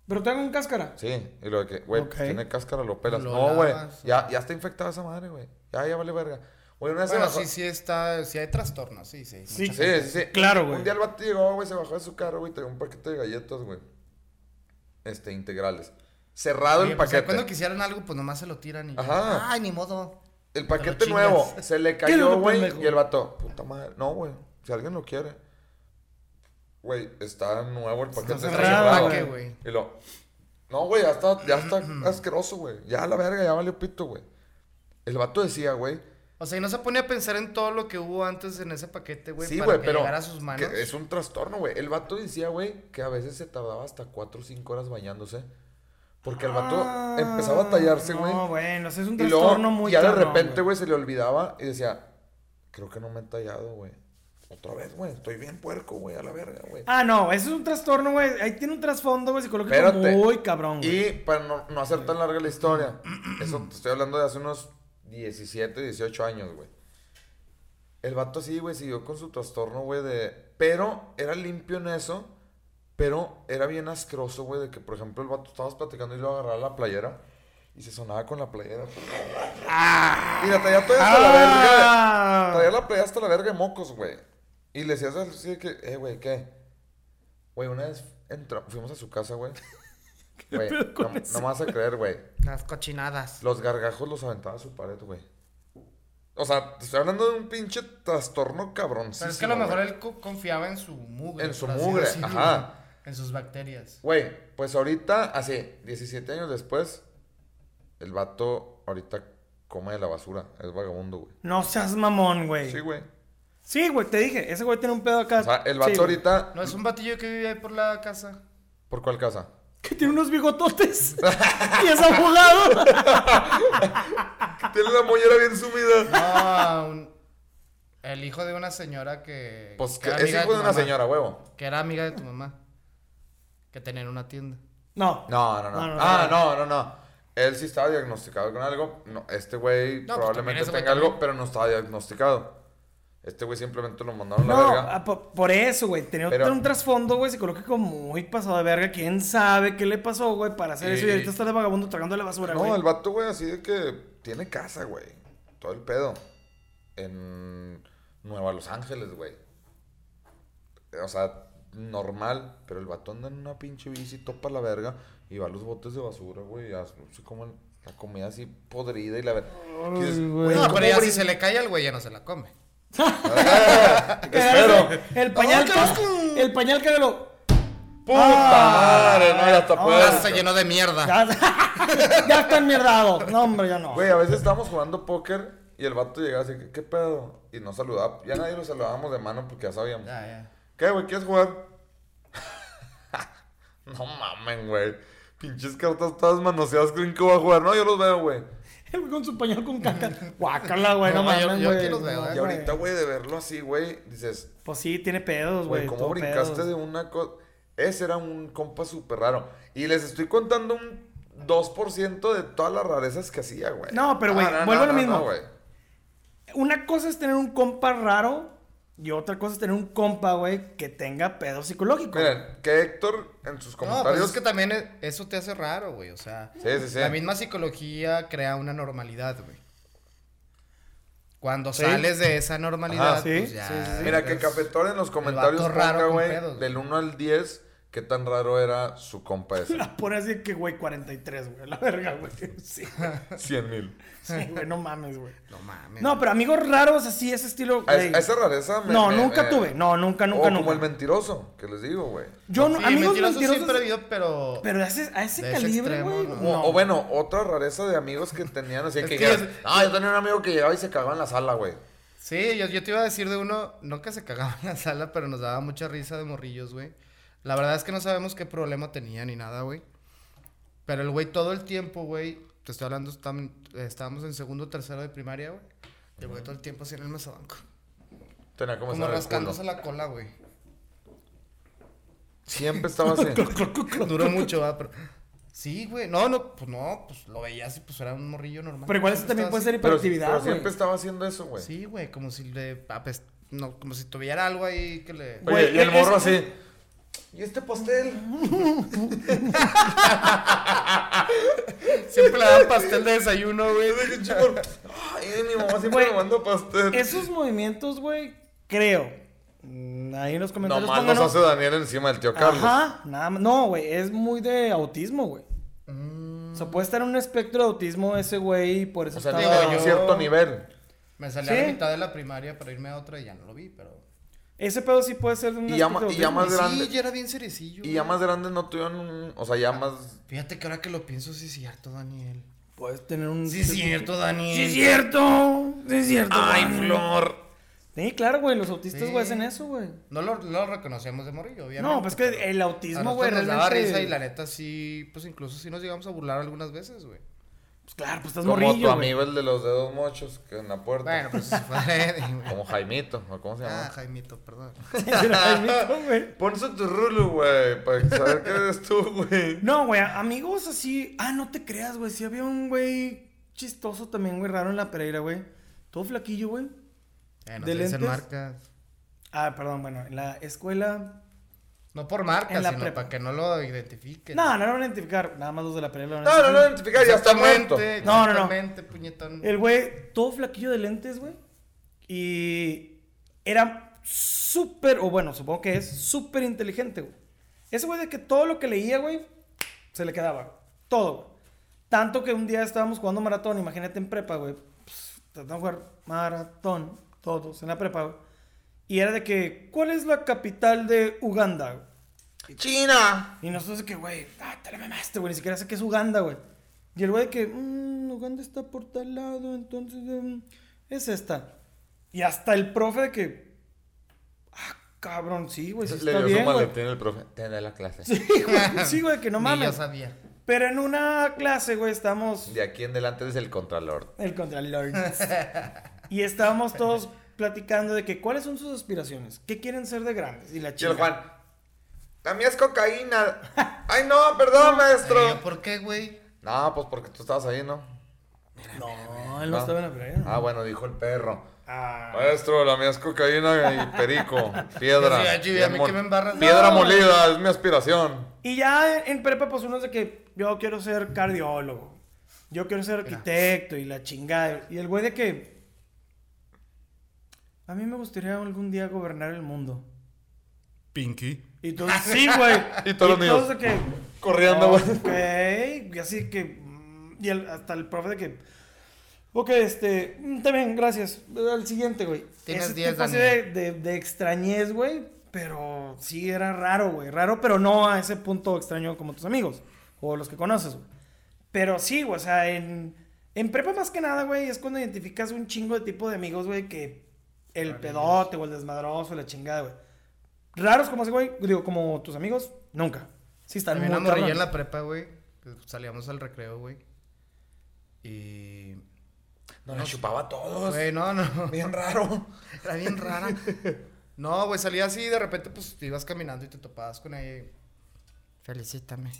Pero tengo un cáscara. Sí, y lo de que, güey, pues, Ok. tiene cáscara, lo pelas. Lo no, güey, lavas. ya, ya está infectada esa madre, güey. Ya, ya vale verga. Güey, una vez se Bueno, bajó- sí, sí está, sí hay trastornos, sí, sí. Sí. Sí, sí, sí. Claro, güey. Un día el vato llegó, güey, se bajó de su carro, güey, traía un paquete de galletas, güey. Este, integrales. Cerrado Oye, el pues, paquete. cuando quisieran algo, pues nomás se lo tiran y ya. Ajá. Ay, ni modo. El Te paquete lo nuevo chingas. se le es lo cayó, que güey. pendejo? Y el vato, puta madre. No, güey. Si alguien lo quiere. Güey, está nuevo el paquete. está cerrado, cerrado. güey. güey. Y lo. No, güey, ya está, ya está asqueroso, güey. Ya la verga, ya valió pito, güey. El vato decía, güey. O sea, y no se pone a pensar en todo lo que hubo antes en ese paquete, güey, Sí, para güey, que pero. llegara a sus manos. que es un trastorno, güey. El vato decía, güey, que a veces se tardaba hasta 4 o 5 horas bañándose. Porque el vato Ah, empezaba a tallarse, güey. No, bueno, ese es un y luego, trastorno muy ya de cabrón, repente, güey, se le olvidaba y decía, creo que no me he tallado, güey. Otra vez, güey, estoy bien puerco, güey, a la verga, güey. Ah, no, ese es un trastorno, güey. Ahí tiene un trasfondo, güey, psicológico Espérate. muy cabrón, güey. Y para no, no hacer tan larga la historia, eso te estoy hablando de hace unos 17, 18 años, güey. El vato así, güey, siguió con su trastorno, güey, de... Pero era limpio en eso, pero era bien asqueroso, güey, de que, por ejemplo, el vato estabas platicando y lo agarraba la playera y se sonaba con la playera. Y la traía toda hasta la verga. Ah. Traía la playera hasta la verga de mocos, güey. Y le decías así de que, eh, güey, ¿qué? Güey, una vez entra- fuimos a su casa, güey. Güey, no, no me vas a creer, güey. Las cochinadas. Los gargajos los aventaba a su pared, güey. O sea, te estoy hablando de un pinche trastorno cabroncísimo. Pero es que a lo mejor güey. él co- confiaba en su mugre. En su por así mugre, decirlo, ajá. En sus bacterias. Güey, pues ahorita, así, 17 años después, el vato ahorita come de la basura. Es vagabundo, güey. No seas mamón, güey. Sí, güey. Sí, güey, te dije, ese güey tiene un pedo acá. O sea, el vato Sí, güey. ahorita... No, es un batillo que vive ahí por la casa. ¿Por cuál casa? Que tiene unos bigototes. y es abogado. Tiene la mollera bien sumida. No, Ah, un- el hijo de una señora que. Pues que que era es amiga hijo tu de una mamá, señora, huevo. Que era amiga de tu mamá. Que tenían una tienda. No. No, no, no. No, no, ah, no, no, no, no. Él sí estaba diagnosticado con algo. No, este güey No, pues, también probablemente ese güey tenga algo, también. pero no estaba diagnosticado. Este güey simplemente lo mandaron a la No, verga. ah, po- por eso, güey. Tenía Pero- un trasfondo, güey, psicológico muy pasado de verga. ¿Quién sabe qué le pasó, güey, para hacer Y- eso? Y ahorita está de vagabundo tragando la basura, güey. No, el vato, güey, así de que tiene casa, güey. Todo el pedo. En Nueva Los Ángeles, güey. O sea, normal. Pero el vato anda en una pinche bici, topa la verga. Y va a los botes de basura, güey. y hace- Se comen la comida así podrida y la verga. Y dices, güey, No, ¿cómo pero ya brin- si se le cae al güey, ya no se la come. Espero. El pañal No, que- qué asco. El pañal que lo. ¡Puta Ah, madre! No, ya está ahora puesto. Ya se llenó de mierda. Ya, ya está enmierdado. No, hombre, ya no. Güey, a veces estábamos jugando póker y el vato llegaba así, ¿qué pedo? Y nos saludaba. Ya nadie lo saludábamos de mano porque ya sabíamos. Ya, ya. ¿Qué, güey? ¿Quieres jugar? no mamen, güey. Pinches cartas todas manoseadas, creen que voy a jugar. No, yo los veo, güey. El güey con su pañal con caca. Guácala, güey, no, No, yo- mames, yo güey. aquí los veo, No, eh. Y Ah, güey. ahorita, güey, de verlo así, güey, dices, Pues sí, tiene pedos, Güey, güey. ¿cómo todo brincaste pedos. de una cosa? Ese era un compa súper raro. Y les estoy contando un 2% de todas las rarezas que hacía, güey. No, pero, güey, vuelvo a lo mismo. güey. Una cosa es tener un compa raro y otra cosa es tener un compa, güey, que tenga pedos psicológicos. Miren, que Héctor en sus No, pues comentarios. es que también e- eso te hace raro, güey. O sea, Sí, sí, sí. la misma psicología crea una normalidad, güey. Cuando Sí. sales de esa normalidad, Ajá, sí, pues ya. sí, sí, sí. Mira, que eres- Cafetón en los el comentarios vato raro ponga, con güey, pedos. del 1 al 10, qué tan raro era su compa ese. La pone así que, güey, 43, güey. La verga, güey. Sí, güey. 100 mil. Sí, güey, no mames, güey. No mames. No, pero amigos raros así, ese estilo. A, güey. a esa rareza me- no, me- nunca me- tuve. No, nunca, nunca, o nunca. como el mentiroso, que les digo, güey. Yo no, Sí, amigos mentiroso mentirosos. siempre vio, pero. Pero a ese, a ese De ese calibre, extremo, güey. no. O, no. o bueno, otra rareza de amigos que tenían así Es que, que dijeras, yo- Ah, yo tenía un amigo que llegaba y se cagaba en la sala, güey. Sí, yo, yo te iba a decir de uno, no que se cagaba en la sala, pero nos daba mucha risa de morrillos, güey. La verdad es que no sabemos qué problema tenía ni nada, güey. Pero el güey todo el tiempo, güey, te estoy hablando, estam- estábamos en segundo o tercero de primaria, güey. Y el güey todo el tiempo así en el mesabanco. Tenía como, estar en Como el culo. rascándose la cola, güey. Siempre estaba así. Duró mucho, ¿verdad? Pero... Sí, güey. No, no, pues no, pues lo veías y pues era un morrillo normal. Pero igual eso Siempre también estaba puede así. ser pero, pero hiperactividad, güey. siempre estaba haciendo eso, güey. Sí, güey, como si le apest- no, como si tuviera algo ahí que le... Oye, Güey, y el es- morro es- así. ¿Y este pastel? Siempre le dan pastel de desayuno, güey. Ay, mi mamá siempre me Güey, manda pastel. Esos movimientos, güey, creo. mm, Ahí en los comentarios. Nomás nos pónganos. hace Daniel encima del tío Carlos. Ajá, nada más. No, güey, es muy de autismo, güey. Mm. O sea, puede estar en un espectro de autismo ese güey y por eso O sea, estaba- tiene un cierto nivel. Me salí a Sí. la mitad de la primaria para irme a otra y ya no lo vi, pero... Ese pedo sí puede ser de un Y ya ma- espectro de y ya autismo. más Y grande. Sí, yo era bien cerecillo. Y ya güey. más grandes no tuvieron un. O sea, ya más. Fíjate que ahora que lo pienso, sí es cierto, Daniel. Puedes tener un... Sí es cierto, Daniel. Sí es cierto. Sí es cierto. ¡Ay, güey. Flor! Sí, claro, güey, los autistas, Sí. güey, hacen eso, güey. No lo, no lo reconocíamos de morrillo, obviamente. No, pues que el A autismo, nosotros güey, nos daba realmente- risa y la neta sí, pues incluso sí nos llegamos a burlar algunas veces, güey. Pues claro, pues estás Como tu morrillo, güey. amigo el de los dedos mochos que en la puerta. Bueno, pues eso fue... Como Jaimito, ¿o ¿cómo se llama? ah, Jaimito, perdón. Era el mismo, güey. Ponse tu rulo, güey, para saber que eres tú, güey. No, güey, amigos así... Ah, no te creas, güey. Sí había un güey chistoso también, güey, raro en la Pereira, güey. Todo flaquillo, güey. Eh, no ¿De se dicen lentes? marcas. Ah, perdón, bueno, en la escuela... No por marcas, En la sino prepa. para que no lo identifiquen. No, no lo van a identificar. Nada más los de la Pereira lo van a No, no identificar. lo identificar, ya está muerto. Exactamente, No, no, no. exactamente, puñetón. El güey, todo flaquillo de lentes, güey. Y era súper, o bueno, supongo que es súper inteligente, güey. Ese güey de que todo lo que leía, güey, se le quedaba. güey. Todo, güey. Tanto que un día estábamos jugando maratón, imagínate en prepa, güey. Pues, Tratamos de jugar maratón, todos, en la prepa, güey. Y era de que, ¿cuál es la capital de Uganda? güey? ¡China! Y nosotros de que, güey, ah, te la mamaste, güey, ni siquiera sé qué es Uganda, güey. Y el güey de que, mmm, Uganda está por tal lado, entonces em, es esta. Y hasta el profe de que, ah, cabrón, sí, güey, sí Le está dio bien, su güey. maletín el profe. Te da la clase. Sí, güey, sí, güey, que no Ni Yo mames. sabía. Pero en una clase, güey, estamos De aquí en adelante eres el contralord. el contralor. y estábamos todos platicando de que cuáles son sus aspiraciones, qué quieren ser de grandes. Y la Y el chica, Juan. La mía es cocaína. ¡Ay, no! Perdón, maestro. Eh, ¿Por qué, güey? No, pues porque tú estabas ahí, ¿no? no, él no Ah. estaba en la playa. Ah, bueno, dijo el perro. Ah. Maestro, la mía es cocaína y perico. Piedra. Sí, sí, sí, Bien a mí mol- que me embarras. Piedra No. molida, es mi aspiración. Y ya en, en prepa, pues uno es de que yo quiero ser cardiólogo, yo quiero ser arquitecto y la chingada. Y el güey de que a mí me gustaría algún día gobernar el mundo. Pinky. Y todos, sí, güey. Y todos los niños. de que, Corriendo, güey. ok. Y así que, mm, y el- hasta el profe de que, ok, este, mm, está bien, gracias. Al siguiente, güey. Tienes Ese 10, tipo así de, Daniel. de, de extrañez, güey, Pero sí, era raro, güey. Raro, pero no a ese punto extraño como tus amigos o los que conoces, güey. Pero sí, güey, o sea, en, en prepa más que nada, güey, es cuando identificas un chingo de tipo de amigos, güey, que el pedote o el desmadroso, la chingada, güey. Raros como ese, güey, digo, como tus amigos, nunca. Sí, están También muy amorrillé en cabrones. la prepa, güey. que Salíamos al recreo, güey. Y. No, nos chupaba a todos. Güey, no, no. Bien raro. Era bien rara. No, güey, salía así y de repente, pues, te ibas caminando y te topabas con ella. y, Felicítame.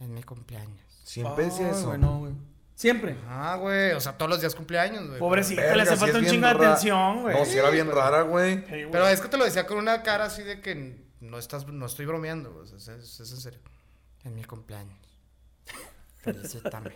Es mi cumpleaños. Siempre decía Ay, eso. güey, no, güey. Siempre. Ah, güey. O sea, todos los días cumpleaños, güey. Pobrecita, Verga, le hace sí falta es un bien chingo de rara. atención, güey. No, si era bien rara, güey. Sí, güey. Pero es que te lo decía con una cara así de que no estás, no estoy bromeando, güey, o sea, es, es en serio. Es mi cumpleaños. Felicítame.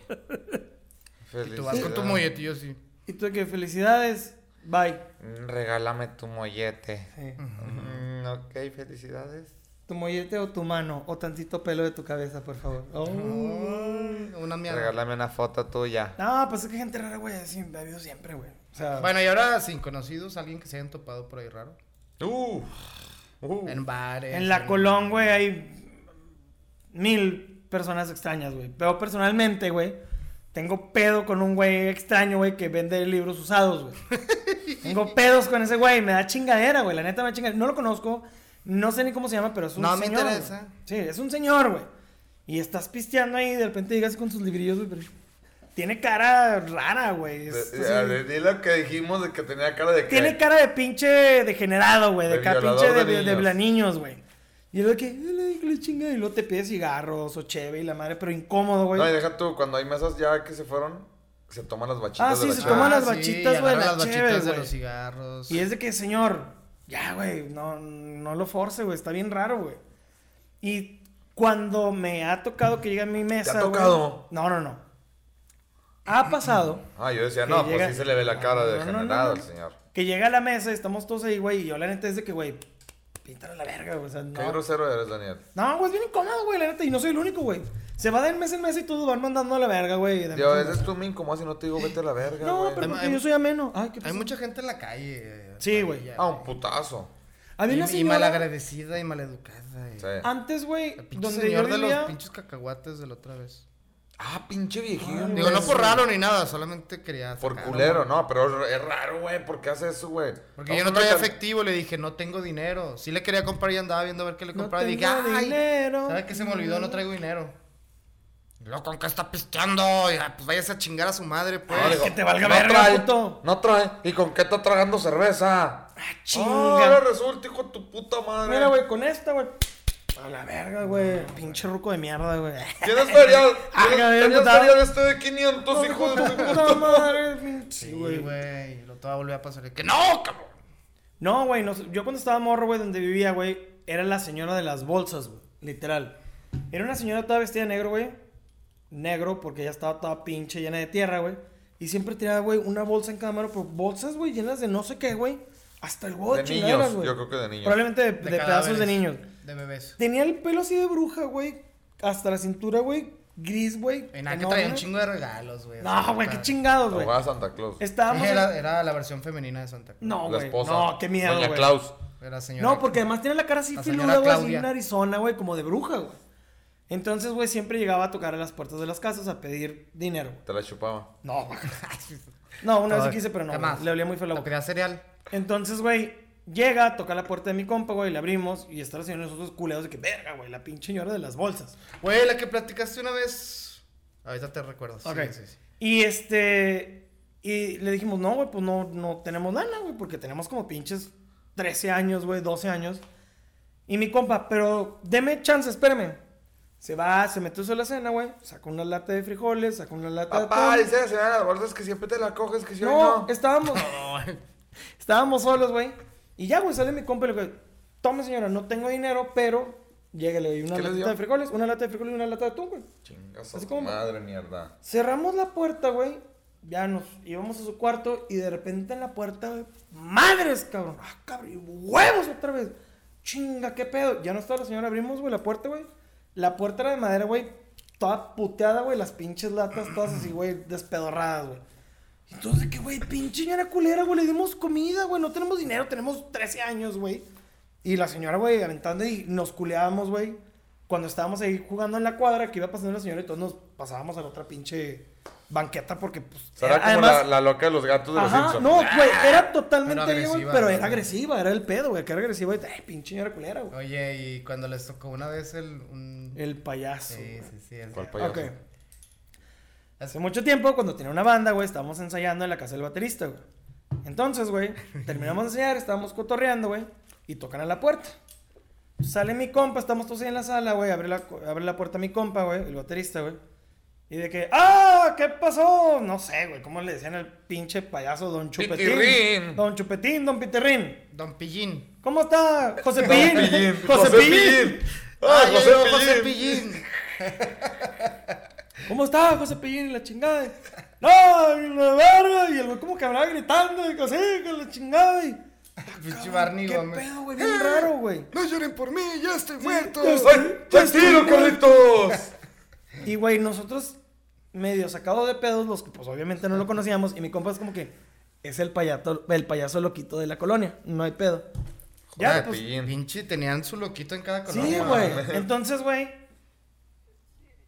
Felicidad. Tú vas con tu molletillo así. Y tú de que felicidades, bye. Mm, Regálame tu mollete. Sí. Mm, ok, felicidades. Tu mollete o tu mano, o tantito pelo de tu cabeza, por favor. Oh. Una mierda. Regálame una foto tuya. No, pues es que gente rara, güey, así ha habido siempre, güey. O sea, Bueno, y ahora sin conocidos, alguien que se hayan topado por ahí raro. Uh, uh. En bares. en la Colón, güey, hay mil personas extrañas, güey. Pero personalmente, güey, tengo pedo con un güey extraño, güey, que vende libros usados, güey. tengo pedos con ese güey, me da chingadera, güey. La neta me da chingadera. No lo conozco, no sé ni cómo se llama, pero es un No me señor. interesa. güey. Sí, es un señor, güey. Y estás pisteando ahí y de repente llegas con sus librillos, güey, pero tiene cara rara, güey. Es De- así- Eh, Este, a ver, Di lo que dijimos de que tenía cara de que. tiene cara de pinche degenerado, güey. De, De ca- violador pinche de, de de, niños. blaniños, güey. Y lo que, "Ay, la chinga", y luego te pide cigarros o cheve y la madre, pero incómodo, güey. No, y deja tú, cuando hay mesas ya que se fueron, se toman las bachitas Ah, de sí, la se chava. toman las sí, bachitas, güey, agarra la Las chévere, bachitas de güey. los cigarros. Y es de que, señor, ya, güey, no, no lo force, güey, está bien raro, güey. Y cuando me ha tocado que llega a mi mesa, güey- tocado? No, no, no. Ha pasado Ah, yo decía, Que no, llega- Ah, pues sí se le ve la cara de No, no, no, degenerado no. al señor. que llega a la mesa y estamos todos ahí, güey, y yo la neta es de que, güey, píntale la verga, güey, o sea, no. Qué grosero eres, Daniel. No, güey, es bien incómodo, güey, la neta. Y no soy el único, güey. Se va de mes en mes y todos van mandando a la verga, güey. de Digo, a mes en veces mes. tú me incomodas y no te digo, vete a la verga, No, güey. pero Hay- porque hay- yo soy ameno. Ay, qué Hay pasó? mucha gente en la calle. eh, Sí, güey. parrilla, Ah, un putazo. Había una Y, y señora malagradecida y maleducada. y- Sí. antes, güey, El pinche donde yo señor de vivía... los pinches cacahuates de la otra vez. Ah, pinche viejillo. Ay, güey. Digo, no por raro eh, ni nada, solamente quería. Por sacar, culero, no, pero es raro, güey. ¿Por qué hace eso, güey? Porque yo no traía efectivo, le dije, no tengo dinero. Sí le quería comprar y andaba viendo a ver qué le No compraba. y dije, tengo ay, dinero". ¿sabes qué se me olvidó? No traigo dinero. Loco, ¿con qué está pisteando? Y, "Ah, pues vayas a chingar a su madre, pues. Ay, digo, que te valga no verga, trae, puto. No trae. ¿Y con qué está tragando cerveza? Ah, Ah, ahora chinga. resulta, hijo de tu puta Oh, madre. Mira, güey, con esta, güey. A la verga, güey. Pinche ruco de mierda, güey. Tienes feria. Ah, ya, ya Tienes tienes notaba. feria de este de 500, No, hijo de tu puta puta madre, pinche- Sí, güey. Lo todo volvió a pasar. y que no, cabrón. No, güey, no sé. yo cuando estaba morro, güey, donde vivía, güey, era la señora de las bolsas, güey, literal. Era una señora toda vestida de negro, güey. Negro, porque ya estaba toda pinche llena de tierra, güey. Y siempre tiraba, güey, una bolsa en cámara, pero bolsas, güey, llenas de no sé qué, güey. Hasta el huevo de, De chingaderas, niños, güey. yo creo que de niños. Probablemente de, de pedazos de cadáveres, niños. De bebés. Tenía el pelo así de bruja, güey. Hasta la cintura, güey. Gris, güey. En la que enorme. traía un chingo de regalos, güey. No, güey, qué chingados, güey. Lo va a Santa Claus. Estábamos. en- Era, era la versión femenina de Santa Claus. No, la güey. esposa. No, qué miedo, Doña güey. Claus. Era señora. No, porque además tiene la cara así La señora filuda, güey, así Claudia. en Arizona, güey, como de bruja, güey. Entonces, güey, siempre llegaba a tocar a las puertas de las casas a pedir dinero. güey. Te la chupaba. No, güey. No, una vez sí quise, pero no, Jamás. güey, le olía muy feo la Lo boca. quería cereal. Entonces, güey, llega, toca la puerta de mi compa, güey, le abrimos y está la señora de nosotros culeados de que, verga, güey, la pinche señora de las bolsas. Güey, la que platicaste una vez. Ahorita te recuerdas. sí, Ok. sí, sí. Y este. Y le dijimos, no, güey, pues no, no tenemos lana, güey, porque tenemos como pinches 13 años, güey, 12 años. Y mi compa, pero deme chance, espéreme. Se va, se metió solo a la cena, güey. Sacó una lata de frijoles, sacó una lata Papá, de. atún. dice la señora de las bolsas que siempre te la coges, que si hoy No, no. estábamos. estábamos solos, güey. Y ya, güey, sale mi compa y le digo, tome, señora, no tengo dinero, pero lléguele, güey, una ¿Qué les latita dio? de frijoles, una lata de frijoles y una lata de atún, güey. Chingas Así a tu como- Eh, madre mierda. Cerramos la puerta, güey. Ya nos íbamos a su cuarto y de repente en la puerta, güey, madres, cabrón. Ah, cabrón, y huevos otra vez. Chinga, qué pedo. Ya no estaba la señora, abrimos, güey, la puerta, güey. La puerta era de madera, güey. Toda puteada, güey. Las pinches latas, todas así, güey, despedorradas, güey. Entonces, ¿qué, güey? Pinche señora culera, güey. Le dimos comida, güey. No tenemos dinero, tenemos 13 años, güey. Y la señora, güey, aventando y nos culeábamos, güey. Cuando estábamos ahí jugando en la cuadra, que iba pasando la señora y todos nos pasábamos a la otra pinche banqueta porque, pues. Será era- como además- la, la loca de los gatos de los Ajá, Simpsons. no, güey, era totalmente Pero ella, güey, Ah, agresiva, pero ¿no? era agresiva, era el pedo, güey, que era agresiva y, ay, pinche señora culera, güey. Oye, y cuando les tocó una vez el. un- El payaso. Sí, sí, sí. el- ¿Cuál Ok. payaso? Hace mucho tiempo, cuando tenía una banda, güey, estábamos ensayando en la casa del baterista, güey. Entonces, güey, terminamos de ensayar, estábamos cotorreando, güey, y tocan a la puerta. Sale mi compa, estamos todos ahí en la sala, güey, abre la, cu- abre la puerta mi compa, güey, el baterista, güey. Y de que, ¡ah! ¿Qué pasó? No sé, güey, ¿cómo le decían al pinche payaso Don Chupetín? Pitirrín. Don Chupetín, Don Piterrín. Don Pillín. ¿Cómo está? José Pillín. José Pillín. Ah, ya José llegó José Pillín. Pillín. ¿Cómo está José Pillín? La chingada. No, y la verga. Y el güey como que hablaba gritando y que así, que la chingada. Y, Pinche Barney ¿Qué Gómez. pedo, güey? Bien raro, güey. No lloren por mí, ya estoy muerto. ya estoy- ¡Ay, tranquilo, Carlitos! Y, güey, nosotros medio sacados de pedos, los que pues obviamente no lo conocíamos. Y mi compa es como que es el payaso, el payaso loquito de la colonia. No hay pedo. José Ya, pues, Pillín. pinche, tenían su loquito en cada Sí, colonia. güey. Entonces, güey,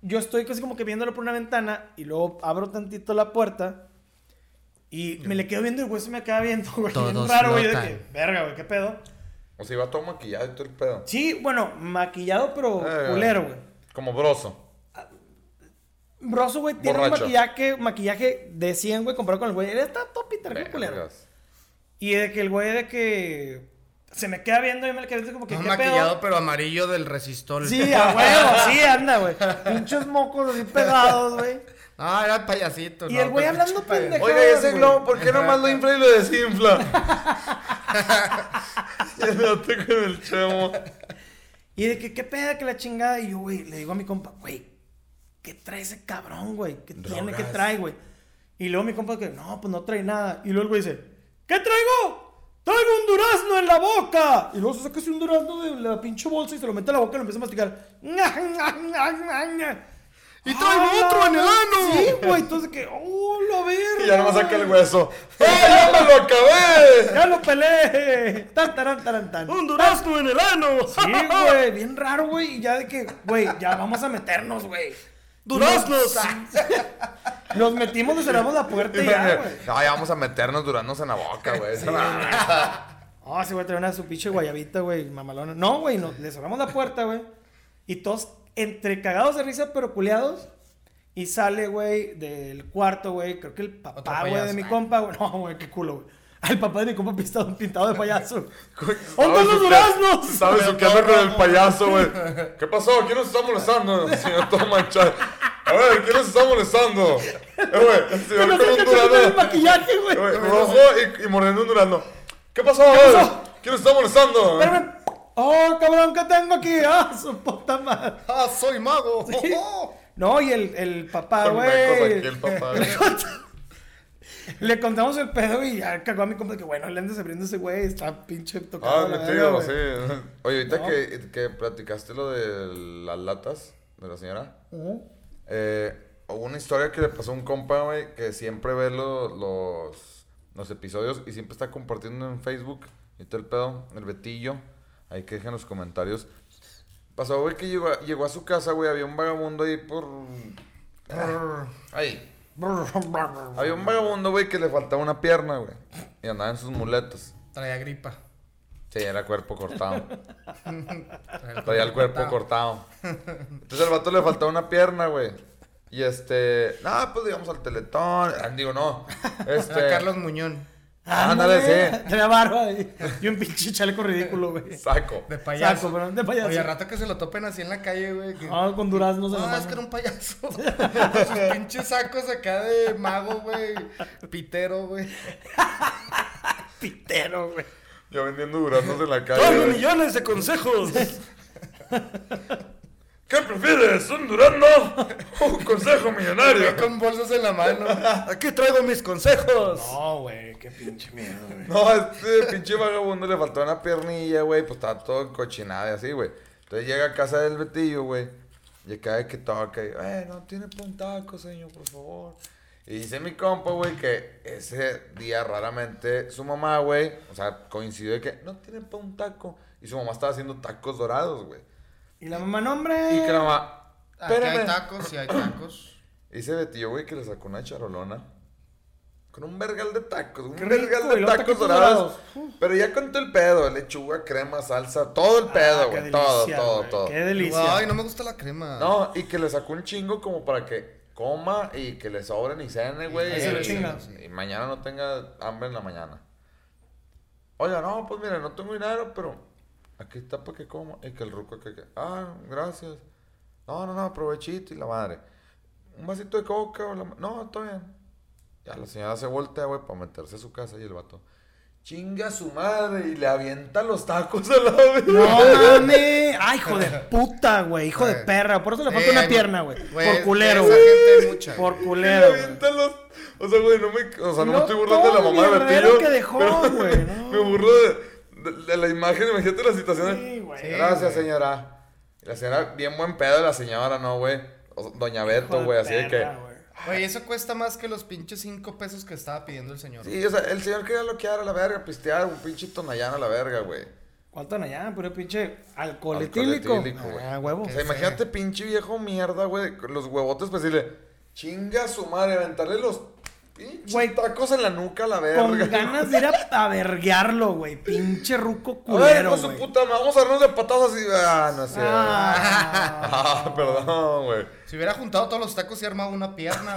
yo estoy casi como que viéndolo por una ventana y luego abro tantito la puerta y me le quedo viendo y el güey se me acaba viendo, güey. bien Todos raro, güey. yo de flotan. que, verga, güey, qué pedo. O sea, iba todo maquillado y todo el pedo. Sí, bueno, maquillado, pero Eh. culero, güey. Como broso. Broso, güey, tiene un Borracho. maquillaje, maquillaje de 100, güey, comparado con el güey. Él está todo Peter, qué culero. Vergas. Y de que el güey de que se me queda viendo y me le queda viendo como que, No ¿qué maquillado, pedo? pero amarillo del resistol. Sí, ah. a huevo, sí, anda, güey. Pinchos mocos así pegados, güey. Ah, era el payasito. Y no, el güey pero pinche hablando payaso. pendejo. Oiga, ¿y ese güey. globo por qué nomás lo infla y lo desinfla? Ya me noté con el chemo. Y de que, qué peda que la chingada. Y yo, güey, le digo a mi compa, güey, ¿qué trae ese cabrón, güey? ¿Qué tiene? ¿Qué Drogas. trae, güey? Y luego mi compa, que no, pues no trae nada. Y luego el güey dice, ¿qué traigo? ¡Traigo un durazno en la boca! Y luego se saca así un durazno de la pinche bolsa y se lo mete a la boca y lo empieza a masticar. ¡Y traigo otro en el ano! Sí, güey, entonces que, ¡oh, la verga! Y ya nomás saca el hueso. ¡Ah, ya me lo acabé! ¡Ya lo peleé! ¡Tan, taran, taran, tan! ¡Un durazno en el ano! Sí, güey, bien raro, güey. Y ya de que, güey, ya vamos a meternos, güey. ah, ¡Duraznos! Nos metimos, nos cerramos la puerta y ya, güey. No, ya vamos a meternos duraznos en la boca, güey. Ah, sí, güey, trae una su pinche guayabita, güey, mamalona. No, güey, no, le cerramos la puerta, güey. Y todos entre cagados de risa, pero culeados. Y sale, güey, del cuarto, güey. Creo que el Otro papá, güey, de payaso. mi compa, güey. No, güey, qué culo, güey. Al papá de mi compa pintado, pintado de payaso. ¿Dónde ¡Ondas los duraznos! ¿Sabes su qué anda con el payaso, güey? ¿Qué pasó? ¿Quién nos está molestando? Señor todo manchado. A ver, ¿quién nos está molestando? Eh, güey, el Se señor nos con un saca chingando el durazno. Eh, maquillaje, güey. Güey, rojo y, y mordiendo un durazno. ¿Qué pasó? A ver, pasó? ¿quién nos está molestando? Espérame. Oh, cabrón, ¿qué tengo aquí? Ah, su puta madre. ¡Ah, soy mago! ¡Oh, oh! No, y el, el papá, Con mecos Ah, güey. aquí el papá, güey. Le contamos el pedo y ya cagó a mi compa que bueno, le andas abriendo ese güey, está pinche Ah, tocado. la verga, metido, güey. sí. Oye, ahorita No. que, que platicaste lo de las latas de la señora. Ujú. Eh, hubo una historia que le pasó a un compa, güey, que siempre ve lo- los, los episodios y siempre está compartiendo en Facebook. Y todo el pedo, el Betillo. Ahí que dejen los comentarios. Pasó, güey, que llegó a, llegó a su casa, güey, había un vagabundo ahí por... Ah. Ahí. Había un vagabundo, güey, que le faltaba una pierna, güey. Y andaba en sus muletas. Traía gripa. Sí, era cuerpo cortado. Traía el Traía el cuerpo cortado. Entonces al vato le faltaba una pierna, güey. Y este. Nada, pues digamos al teletón. Ah, Digo, no. Este. Era Carlos Muñón. Ándale, sí. Tenía barba y, y un pinche chaleco ridículo, güey. Saco. De payaso. Saco, pero de payaso. Oye, al rato que se lo topen así en la calle, güey. que- Ah, con duraznos de la No, mano. es que era un payaso. Con Sus pinches sacos acá de mago, güey. Pitero, güey. pitero, güey. Yo vendiendo duraznos en la calle. güey. millones de consejos! ¿Qué prefieres? ¿Un durazno? o ¿Un consejo millonario? con bolsas en la mano. Aquí traigo mis consejos. No, güey, qué pinche miedo, güey. No, a este pinche vagabundo le faltó una piernilla, güey. Pues estaba todo cochinado y así, güey. Entonces llega a casa del Betillo, güey. Y cada vez que toca, y, eh, no tiene puntaco, señor, por favor. Y dice mi compa, güey, que ese día raramente su mamá, güey, o sea, coincidió de que no tienen pa' un taco. Y su mamá estaba haciendo tacos dorados, güey. Y la mamá, no, hombre. Y que la mamá, Aquí hay espérame. tacos, sí hay tacos. Y ese Betillo, güey, que le sacó una charolona. Con un vergal de tacos, un Qué vergal rico, y de los tacos taquitos dorados. dorados. Pero ya con todo el pedo, lechuga, crema, salsa, todo el Ah, pedo, qué güey. delicia, todo, todo, güey, todo. Qué delicia. Ay, no me gusta la crema. No, y que le sacó un chingo como para que coma y que le sobren y cene, güey. Ahí se lo y- chinga. Y mañana no tenga hambre en la mañana. Oiga, no, pues mire, no tengo dinero, pero aquí está para que coma. Y que el ruco que, que, ah, gracias. No, no, no, provechito y la madre. Un vasito de coca o la ma- No, está bien. Ya la señora se voltea, güey, para meterse a su casa y el vato. Chinga a su madre y le avienta los tacos a la vez. No mames. Ay, hijo de puta, güey. Hijo de Güey. perra. Por eso le Sí, falta una Eh, Eh, hay- pierna, güey. güey, Por culero, esa güey. gente es mucha, Por güey. culero, Le güey. avienta los- O sea, güey, no me, o sea, no me No, estoy burlando de la todo el mamá de mierdero Betillo. que dejó, pero güey, me- no. Me burlo de, de- de la imagen, imagínate la situación. Sí, güey. Sí, Gracias, señora. Y La señora, bien buen pedo de la señora, ¿no, güey? O- Doña Hijo Beto, de güey, así de que... perra, güey. Oye, eso cuesta más que los pinches 5 pesos que estaba pidiendo el señor. Sí, o sea, el señor quería loquear a la verga, pistear un pinche tonallán a la verga, güey. ¿Cuánto no ya? Puro pinche alcoholitílico. Alcoholitílico, güey. Ah, huevo. O sea, imagínate pinche viejo mierda, güey, con los huevotes para decirle, chinga a su madre, aventarle los pinches Güey, tacos en la nuca a la verga. Con ganas de ir a, a verguearlo, güey. Pinche ruco A ver, culero, hijo de su güey. puta, madre, vamos a darnos de patadas así. Ah, no sé. Ah, Ah, perdón, güey. Si hubiera juntado todos los tacos y armado una pierna,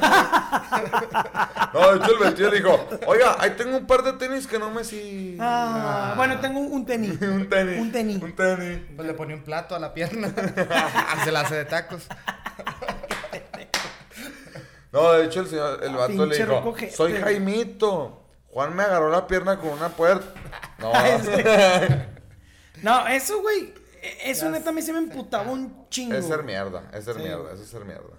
güey. No, de hecho el vestido le dijo, oiga, ahí tengo un par de tenis que no me si. ah. Bueno, tengo un, un tenis. Un tenis. Un tenis. Un tenis. Pues le ponía un plato a la pierna. y se la hace de tacos. No, de hecho el señor, el vato le Ah, pinche dijo, roco ojete, soy güey. Jaimito. Juan me agarró la pierna con una puerta. No. No, eso, güey. e- Eso neta a mí se me emputaba un chingo. es ser güey. mierda, es ser Sí. mierda, eso es ser mierda.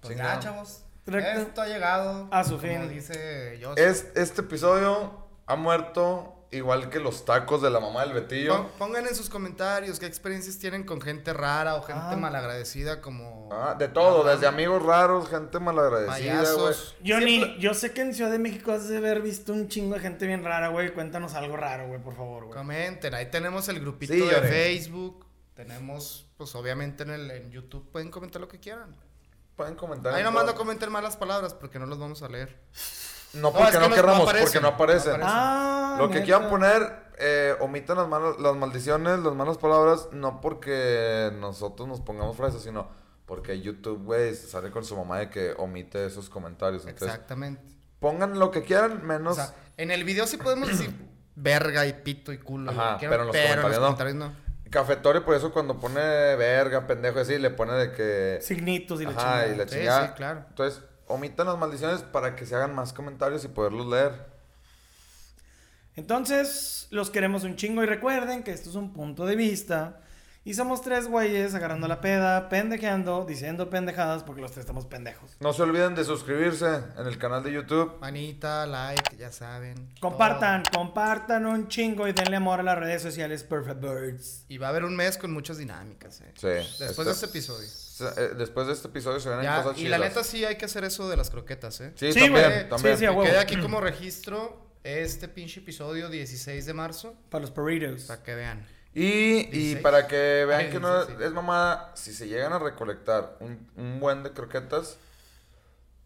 Pues Chingado. ya, chavos. Recto. Esto ha llegado. A su Como fin. dice yo. Es, este episodio ha muerto igual que los tacos de la mamá del Betillo. Pongan en sus comentarios qué experiencias tienen con gente rara o gente Ah. malagradecida como... Ah, de todo, desde amigos raros, gente malagradecida, güey. Payasos. Yo ni, yo sé que en Ciudad de México has de haber visto un chingo de gente bien rara, güey. Cuéntanos algo raro, güey, por favor, güey. Comenten, ahí tenemos el grupito Sí, de lloren. Facebook. Tenemos, pues obviamente en, el, en YouTube pueden comentar lo que quieran. Pueden comentar. Ahí en nomás todo. no comenten malas palabras porque no los vamos a leer. No, No, porque es que no, no- querramos, no aparecen, porque no aparecen. no aparecen. Ah, Lo que neta. quieran poner, eh, omitan las, malas, las maldiciones, las malas palabras, no porque nosotros nos pongamos frases, sino porque YouTube, güey, se sale con su mamá de que omite esos comentarios. Entonces, Exactamente. pongan lo que quieran, O menos... sea, en el video sí podemos decir verga y pito y culo. y lo Ajá, que quieran, pero en los comentarios no. Cafetorio, por eso cuando pone verga, pendejo, así, le pone de que... Signitos y la Ajá, y chingada. la Sí, chingada. sí, claro. Entonces, omitan las maldiciones para que se hagan más comentarios y poderlos leer. Entonces, los queremos un chingo y recuerden que esto es un punto de vista. Y somos tres güeyes agarrando la peda, pendejeando, diciendo pendejadas porque los tres estamos pendejos. No se olviden de suscribirse en el canal de YouTube. Manita, like, ya saben. Compartan, todo. compartan un chingo y denle amor a las redes sociales, perfect birds. Y va a haber un mes con muchas dinámicas, eh. Sí. Después Este- de este episodio. se- eh, Después de este episodio se vienen Ya, cosas y chidas. la neta sí hay que hacer eso de las croquetas, eh. Sí, Sí, también, güey. también. Sí, sí, a huevo. Que quede aquí como registro este pinche episodio 16 de marzo Para los burritos. para que vean. Y, y 16. para que vean Ay, que no 16. es mamada, si se llegan a recolectar un, un buen de croquetas,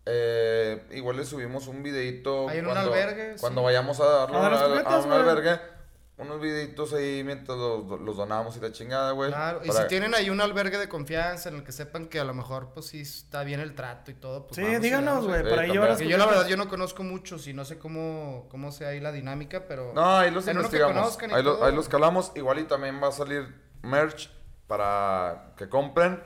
eh, igual les subimos un videito Ahí en un cuando, albergue, sí. cuando vayamos a darlo A dar las a, a croquetas, un güey. albergue. Unos videitos ahí mientras los, los donamos y la chingada, güey. Claro, y para- si tienen ahí un albergue de confianza en el que sepan que a lo mejor pues sí está bien el trato y todo, pues sí, vamos y díganos, vamos, güey, Sí, para también. llevar las Porque yo la cosas. verdad yo no conozco muchos y no sé cómo cómo sea ahí la dinámica, pero No, ahí los en uno que investigamos. conozcan y Ahí, lo- todo. ahí los calamos. Igual y también va a salir merch para que compren.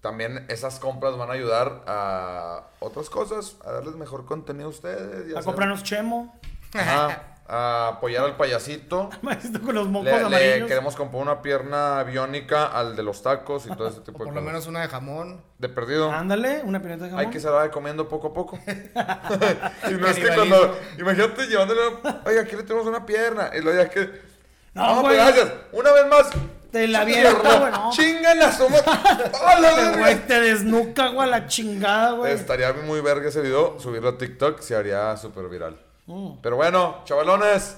También esas compras van a ayudar a otras cosas, a darles mejor contenido a ustedes. y A hacer- comprarnos chemo. Ajá, a apoyar al payasito. Maestro con los mocos Le, le amarillos. queremos comprar una pierna biónica al de los tacos y todo ese tipo de o por lo cosas. menos una de jamón. De perdido. Ándale, una pineta de jamón. Hay que se la va comiendo poco a poco. y no es que Canibalismo. cuando. Imagínate llevándole. una- Oiga, aquí le tenemos una pierna. Y luego ya que. No, No, güey. pues gracias. Una vez más. Te la avienta, güey. No, ¡Chingan la suma! ¡Hola, Este güey te desnuca, güey, a la chingada, güey. Estaría muy verga ese video. Subirlo a TikTok se haría súper viral. Mm. Pero bueno, chavalones.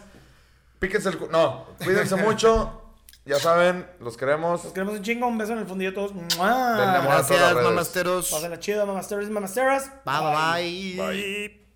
Píquense el... cu- No, cuídense mucho. Ya saben, los queremos. Los queremos un chingo, un beso en el fundillo a todos. Denle amor. ¡Mua! todas las Gracias, redes. mamasteros. Bye, Pásenla chido, mamasteros y mamasteras. bye, bye. Bye.